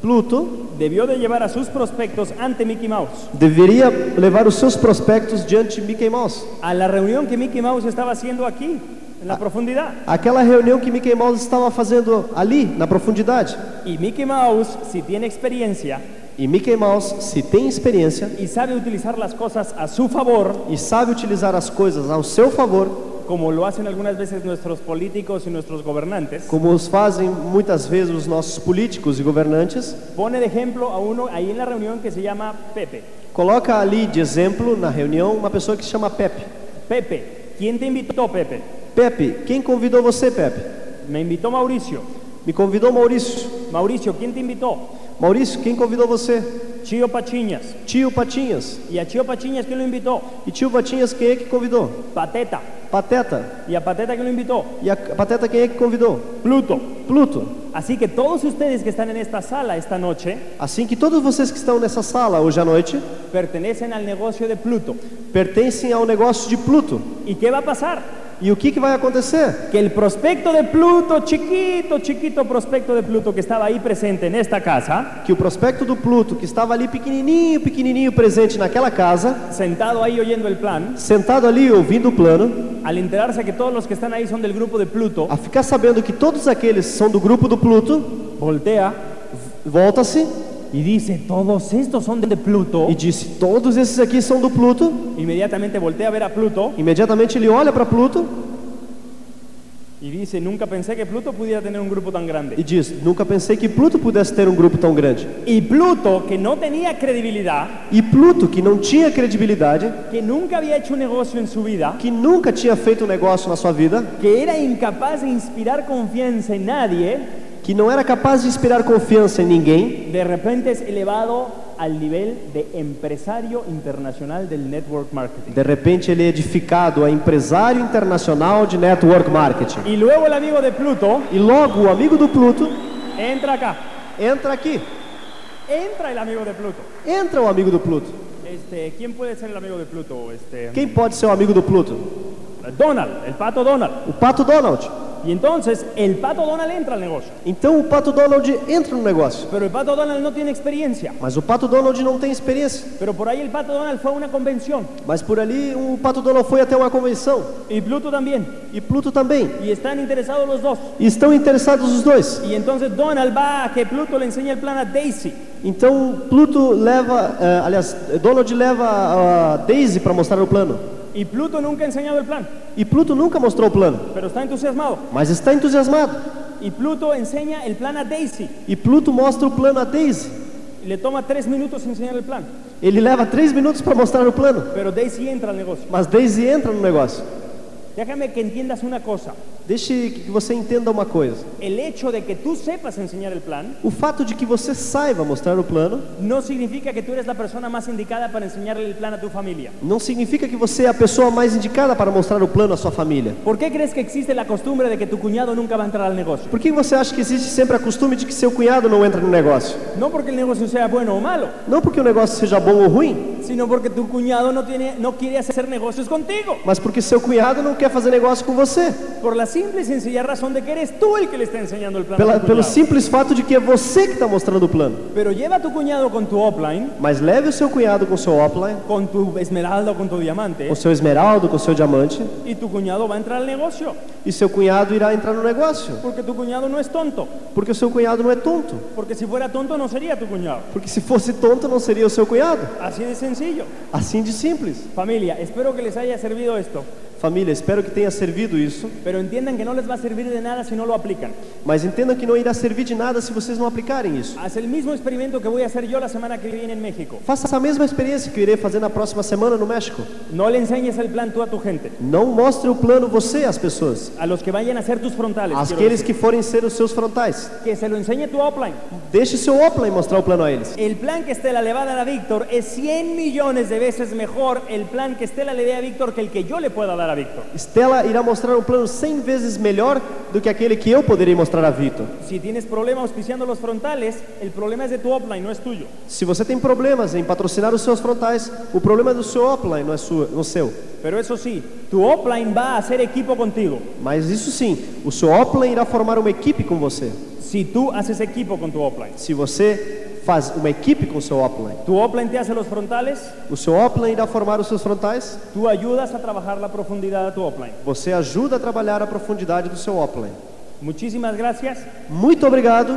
Speaker 3: Pluto
Speaker 2: debió de llevar a sus prospectos ante Mickey Mouse.
Speaker 3: deveria levar os seus prospectos diante de Mickey Mouse.
Speaker 2: A la reunión que Mickey Mouse estaba haciendo aquí, en la profundidad.
Speaker 3: Aquela reunião que Mickey Mouse estava fazendo ali, na profundidade.
Speaker 2: Y Mickey Mouse, si tiene experiencia
Speaker 3: E Mickey Mouse, se tem experiência
Speaker 2: y sabe utilizar las cosas a su favor,
Speaker 3: e sabe utilizar as coisas ao seu favor,
Speaker 2: como lo hacen algunas veces nuestros políticos y nuestros gobernantes,
Speaker 3: como os fazem muitas vezes os nossos políticos e governantes,
Speaker 2: pone de ejemplo a uno ahí en la reunión que se llama Pepe.
Speaker 3: coloca ali de exemplo na reunião uma pessoa que se chama Pepe.
Speaker 2: Pepe, ¿quién te invitó, Pepe?
Speaker 3: Pepe, quem convidou você, Pepe?
Speaker 2: Me invitó Mauricio.
Speaker 3: Me convidou Maurício.
Speaker 2: Mauricio, ¿quién te invitó?
Speaker 3: Maurício, quem convidou você?
Speaker 2: Chío Pachiñas.
Speaker 3: Tio Patinhas.
Speaker 2: ¿Y a Chío Pachiñas quién lo invitó?
Speaker 3: E tio Patinhas, quem é que convidou?
Speaker 2: Pateta.
Speaker 3: Pateta.
Speaker 2: ¿Y a Pateta quién lo invitó?
Speaker 3: E a Pateta, quem é que convidou?
Speaker 2: Pluto.
Speaker 3: Pluto.
Speaker 2: Así que todos ustedes que están en esta sala esta noche
Speaker 3: Assim que todos vocês que estão nessa sala hoje à noite
Speaker 2: pertenecen al negocio de Pluto.
Speaker 3: pertencem ao negócio de Pluto.
Speaker 2: ¿Y qué va a pasar?
Speaker 3: E o que, que vai acontecer?
Speaker 2: Que el prospecto de Pluto, chiquito, chiquito prospecto de Pluto que estaba ahí presente en esta casa,
Speaker 3: Que o prospecto do Pluto, que estava ali pequenininho, pequenininho presente naquela casa,
Speaker 2: sentado ahí oyendo el plan,
Speaker 3: sentado ali ouvindo o plano,
Speaker 2: al enterarse que todos los que están ahí son del grupo de Pluto,
Speaker 3: a ficar sabendo que todos aqueles são do grupo do Pluto,
Speaker 2: voltea
Speaker 3: Volta-se
Speaker 2: y dice, todos estos son de Pluto.
Speaker 3: e disse: Todos esses aqui são do Pluto.
Speaker 2: Inmediatamente voltea a ver a Pluto
Speaker 3: Imediatamente ele olha para Pluto
Speaker 2: y dice, nunca pensé que Pluto pudiera tener un grupo tan
Speaker 3: e
Speaker 2: grande.
Speaker 3: diz: Nunca pensei que Pluto pudesse ter um grupo tão grande.
Speaker 2: Y Pluto, que no tenía credibilidad,
Speaker 3: E Pluto, que não tinha credibilidade,
Speaker 2: que nunca había hecho un negocio en su vida,
Speaker 3: que nunca tinha feito um negócio na sua vida,
Speaker 2: que era incapaz de inspirar confianza en nadie,
Speaker 3: que não era capaz de inspirar confiança em ninguém,
Speaker 2: de repente es elevado al nivel de empresario internacional del network marketing.
Speaker 3: de repente ele é edificado a empresário internacional de network marketing.
Speaker 2: Y luego el amigo de Pluto
Speaker 3: E logo o amigo do Pluto
Speaker 2: entra acá.
Speaker 3: entra aqui.
Speaker 2: Entra el amigo de Pluto.
Speaker 3: Entra o amigo do Pluto.
Speaker 2: Este, ¿Quién puede ser el amigo de Pluto? Este,
Speaker 3: Quem pode ser o amigo do Pluto?
Speaker 2: Donald, el pato Donald.
Speaker 3: O Pato Donald.
Speaker 2: Y entonces el pato Donald entra al negocio.
Speaker 3: Então o Pato Donald entra no negócio.
Speaker 2: Pero el pato Donald no tiene experiencia.
Speaker 3: Mas o Pato Donald não tem experiência.
Speaker 2: Pero por ahí el pato Donald fue a una convención.
Speaker 3: Mas por ali o Pato Donald foi até uma convenção.
Speaker 2: Y Pluto también.
Speaker 3: E Pluto também.
Speaker 2: Y están interesados los dos.
Speaker 3: E estão interessados os dois.
Speaker 2: Y entonces Donald va a que Pluto le enseñe el plan a Daisy.
Speaker 3: Então Pluto leva, eh, aliás, Donald leva a Daisy para mostrar o plano.
Speaker 2: Y Pluto nunca ha enseñado el plan,
Speaker 3: E Pluto nunca mostrou o plano,
Speaker 2: pero está entusiasmado.
Speaker 3: mas está entusiasmado.
Speaker 2: Y Pluto enseña el plan a Daisy.
Speaker 3: E Pluto mostra o plano a Daisy.
Speaker 2: Le toma tres minutos enseñar el plan,
Speaker 3: Ele leva três minutos para mostrar o plano,
Speaker 2: pero Daisy entra al negocio.
Speaker 3: mas Daisy entra no negócio.
Speaker 2: Déjame que entiendas una cosa.
Speaker 3: Deixe que você entenda uma coisa.
Speaker 2: El hecho de que tú sepas enseñar el plan
Speaker 3: O fato de que você saiba mostrar o plano
Speaker 2: no significa que tú eres la persona más indicada para enseñarle el plan a tu familia.
Speaker 3: não significa que você é a pessoa mais indicada para mostrar o plano à sua família.
Speaker 2: ¿Por qué crees que existe la costumbre de que tu cuñado nunca va a entrar al negocio?
Speaker 3: Por que você acha que existe sempre a costume de que seu cunhado não entra no negócio?
Speaker 2: No porque el negocio sea bueno o malo,
Speaker 3: Não porque o negócio seja bom ou ruim,
Speaker 2: sino porque tu cuñado no, tiene, no quiere hacer negocios contigo.
Speaker 3: mas porque seu cunhado não quer fazer negócio com você.
Speaker 2: Por la simple y sencilla razón de que eres tú el que le está enseñando el plan. a
Speaker 3: Pela-
Speaker 2: tu
Speaker 3: pelo
Speaker 2: cuñado.
Speaker 3: simples fato de que é você que está mostrando o plano.
Speaker 2: Pero lleva a tu cuñado con tu offline,
Speaker 3: Mas leve o seu cunhado com o seu offline,
Speaker 2: con tu esmeralda o con tu diamante,
Speaker 3: com o seu esmeraldo, com o seu diamante,
Speaker 2: y tu cuñado va a entrar al negocio.
Speaker 3: e seu cunhado irá entrar no negócio.
Speaker 2: Porque tu cuñado no es tonto.
Speaker 3: Porque o seu cunhado não é tonto.
Speaker 2: Porque si fuera tonto no sería tu cuñado.
Speaker 3: Porque se fosse tonto, não seria o seu cunhado.
Speaker 2: Así de sencillo.
Speaker 3: Assim de simples.
Speaker 2: Familia, espero que les haya servido esto.
Speaker 3: Família, espero que tenha servido isso,
Speaker 2: Pero entiendan que no les va a servir de nada si no lo aplican.
Speaker 3: mas entendam que não irá servir de nada se vocês não aplicarem isso.
Speaker 2: Haz el mismo experimento que voy a hacer yo la semana que viene en México.
Speaker 3: Faça essa mesma experiência que eu irei fazer na próxima semana no México.
Speaker 2: No le enseñes el plan tú a tu gente.
Speaker 3: Não mostre o plano você às pessoas,
Speaker 2: A los que vayan a hacer tus frontales. quiero
Speaker 3: àqueles
Speaker 2: decir.
Speaker 3: que forem ser os seus frontais.
Speaker 2: que se lo enseñe tu offline.
Speaker 3: Deixe seu offline mostrar o plano a eles.
Speaker 2: El plan que Estela le va a dar a Víctor es 100 millones de veces mejor el plan que Estela le dé a Víctor que el que yo le pueda dar a Víctor.
Speaker 3: Estela irá mostrar um plano 100 vezes melhor do que aquele que eu poderia mostrar a Vitor.
Speaker 2: Si tienes problema auspiciando los frontales, el problema es de tu offline, no es tuyo.
Speaker 3: Se você tem problemas em patrocinar os seus frontais, o problema é do seu offline, não é sua, não seu.
Speaker 2: Pero eso sí, tu offline va a hacer equipo contigo.
Speaker 3: Mas isso sim, o seu offline irá formar uma equipe com você.
Speaker 2: Si tú haces equipo con tu offline.
Speaker 3: Se você faz uma equipe com o seu offline,
Speaker 2: Tu offline te hace los frontales,
Speaker 3: o seu offline irá formar os seus frontais,
Speaker 2: tú ayudas a trabajar la profundidad a tu offline.
Speaker 3: você ajuda a trabalhar a profundidade do seu offline.
Speaker 2: Muchísimas gracias.
Speaker 3: Muito obrigado.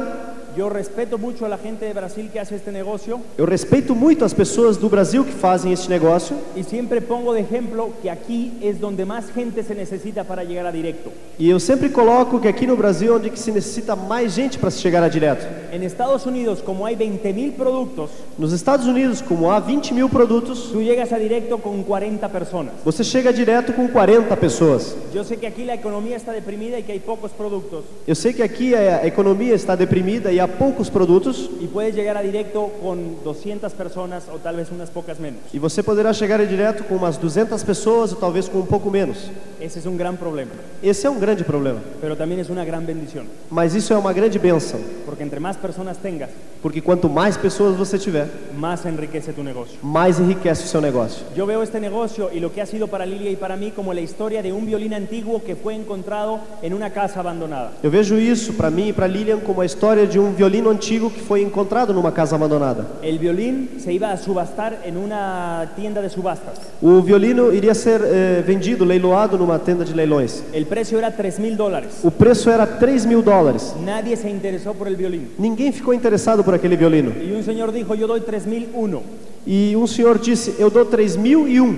Speaker 2: Yo respeto mucho a la gente de Brasil que hace este negocio
Speaker 3: Eu respeito muito as pessoas do Brasil que fazem este negócio
Speaker 2: y siempre pongo de ejemplo que aquí es donde más gente se necesita para llegar a directo.
Speaker 3: e eu sempre coloco que aqui no Brasil é onde que se necessita mais gente para se chegar a direto.
Speaker 2: En Estados Unidos, como hay 20.000 productos,
Speaker 3: Nos Estados Unidos, como há 20 mil produtos,
Speaker 2: tú llegas a directo con 40 personas.
Speaker 3: você chega direto com 40 pessoas.
Speaker 2: Yo sé que aquí la economía está deprimida y que hay pocos productos
Speaker 3: Eu sei que aqui a economia está deprimida e há poucos produtos,
Speaker 2: y puedes llegar a directo con 200 personas o tal vez unas pocas menos.
Speaker 3: e você poderá chegar a direto com umas 200 pessoas ou talvez com um pouco menos.
Speaker 2: Ese es un gran problema,
Speaker 3: Esse é um grande problema,
Speaker 2: pero también es una gran bendición,
Speaker 3: mas isso é uma grande benção,
Speaker 2: porque entre más personas tengas,
Speaker 3: porque quanto mais pessoas você tiver,
Speaker 2: más enriquece tu negocio.
Speaker 3: mais enriquece o seu negócio.
Speaker 2: Yo veo este negocio y lo que ha sido para Lilia y para mí como la historia de un violín antiguo que fue encontrado en una casa abandonada.
Speaker 3: Eu vejo isso para mim e para Lilian como a história de um violino antigo que foi encontrado numa casa abandonada.
Speaker 2: El violín se iba a subastar en una tienda de subastas.
Speaker 3: O violino iria ser eh, vendido, leiloado numa tenda de leilões.
Speaker 2: El precio era 3 mil dólares.
Speaker 3: O preço era 3 mil dólares.
Speaker 2: Nadie se interesó por el violín.
Speaker 3: Ninguém ficou interessado por aquele violino.
Speaker 2: Y un señor dijo, yo doy 3 mil uno.
Speaker 3: E um senhor disse: Eu dou 3 mil e um.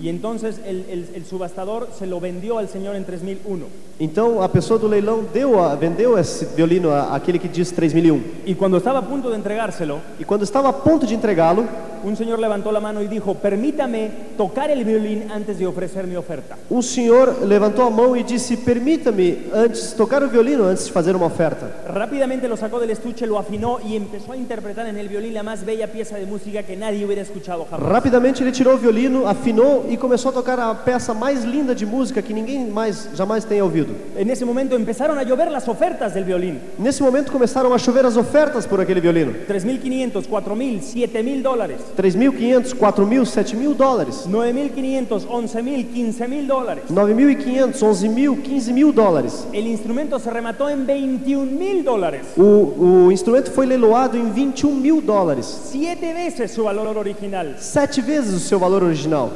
Speaker 2: Y entonces el, el- el subastador se lo vendió al señor en 3 mil uno.
Speaker 3: Então a pessoa do leilão deu a, vendeu esse violino a- àquele que diz 3 mil e um.
Speaker 2: Y cuando estaba a punto de entregárselo,
Speaker 3: E quando estava a ponto de entregá-lo,
Speaker 2: un señor levantó la mano y dijo, permítame tocar el violín antes de ofrecer mi oferta.
Speaker 3: um senhor levantou a mão e disse: Permita-me antes tocar o violino antes de fazer uma oferta.
Speaker 2: Rápidamente lo sacó del estuche, lo afinó y empezó a interpretar en el violín la más bella pieza de música que nadie hubiera escuchado jamás.
Speaker 3: Rapidamente ele tirou o violino, afinou e começou a tocar a peça mais linda de música que ninguém mais jamais tenha ouvido.
Speaker 2: En ese momento empezaron a llover las ofertas del violín.
Speaker 3: Nesse momento começaram a chover as ofertas por aquele violino.
Speaker 2: 3.500, 4.000, 7.000 dólares.
Speaker 3: 3.500, 4.000, 7.000 dólares.
Speaker 2: 9.500, 11.000, 15.000 dólares.
Speaker 3: 9.500, 11.000, 15.000 dólares.
Speaker 2: El instrumento se remató en 21.000 dólares.
Speaker 3: O, o instrumento foi leiloado em 21 mil dólares,
Speaker 2: Siete veces su valor original.
Speaker 3: sete vezes o seu valor original.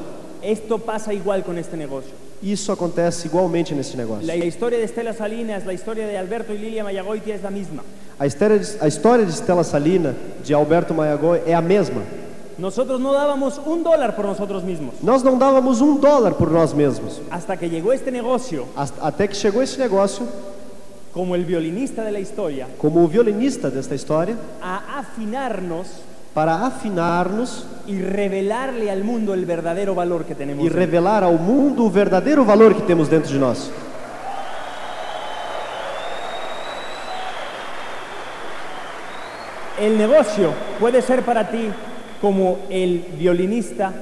Speaker 2: Esto pasa igual con este negocio.
Speaker 3: Isso acontece igualmente nesse negócio.
Speaker 2: La historia de Estela Salinas, la historia de Alberto y Lilia Mayagoitia es la misma.
Speaker 3: A história, de, a história de Stella Salina, de Alberto Maiagó, é a mesma.
Speaker 2: Nosotros no dábamos un dólar por nosotros mismos.
Speaker 3: Nós não dávamos um dólar por nós mesmos,
Speaker 2: Hasta que llegó este negocio,
Speaker 3: As- até que chegou esse negócio,
Speaker 2: como el violinista de la historia,
Speaker 3: como o violinista desta história,
Speaker 2: a afinarnos
Speaker 3: para afinar-nos
Speaker 2: y revelarle al mundo el verdadero valor que tenemos.
Speaker 3: e revelar ao mundo o verdadeiro valor que temos dentro de nós.
Speaker 2: El negocio puede ser para ti como el violinista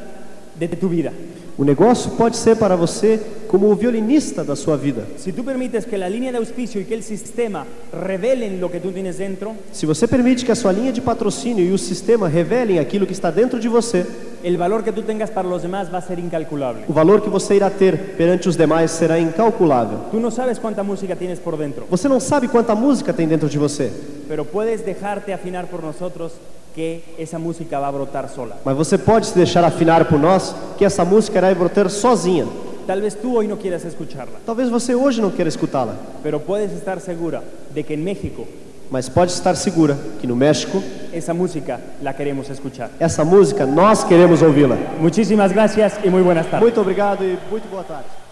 Speaker 2: de tu vida.
Speaker 3: O negócio pode ser para você como o violinista da sua vida.
Speaker 2: Si tú permites que la línea de auspicio y que el sistema revelen lo que tú tienes dentro,
Speaker 3: Se você permite que a sua linha de patrocínio e o sistema revelem aquilo que está dentro de você,
Speaker 2: el valor que tú tengas para los demás va a ser incalculable.
Speaker 3: o valor que você irá ter perante os demais será incalculável.
Speaker 2: Tú no sabes cuánta música tienes por dentro,
Speaker 3: Você não sabe quanta música tem dentro de você,
Speaker 2: pero puedes dejarte afinar por nosotros que esa música va a brotar sola.
Speaker 3: mas você pode se deixar afinar por nós que essa música irá brotar sozinha.
Speaker 2: Tal vez tú hoy no quieras escucharla,
Speaker 3: Talvez você hoje não queira escutá-la,
Speaker 2: pero puedes estar segura de que en México
Speaker 3: mas pode estar segura que no México
Speaker 2: esa música la queremos escuchar.
Speaker 3: essa música nós queremos ouvi-la.
Speaker 2: Muchísimas gracias y muy buenas tardes.
Speaker 3: Muito obrigado e muito boa tarde.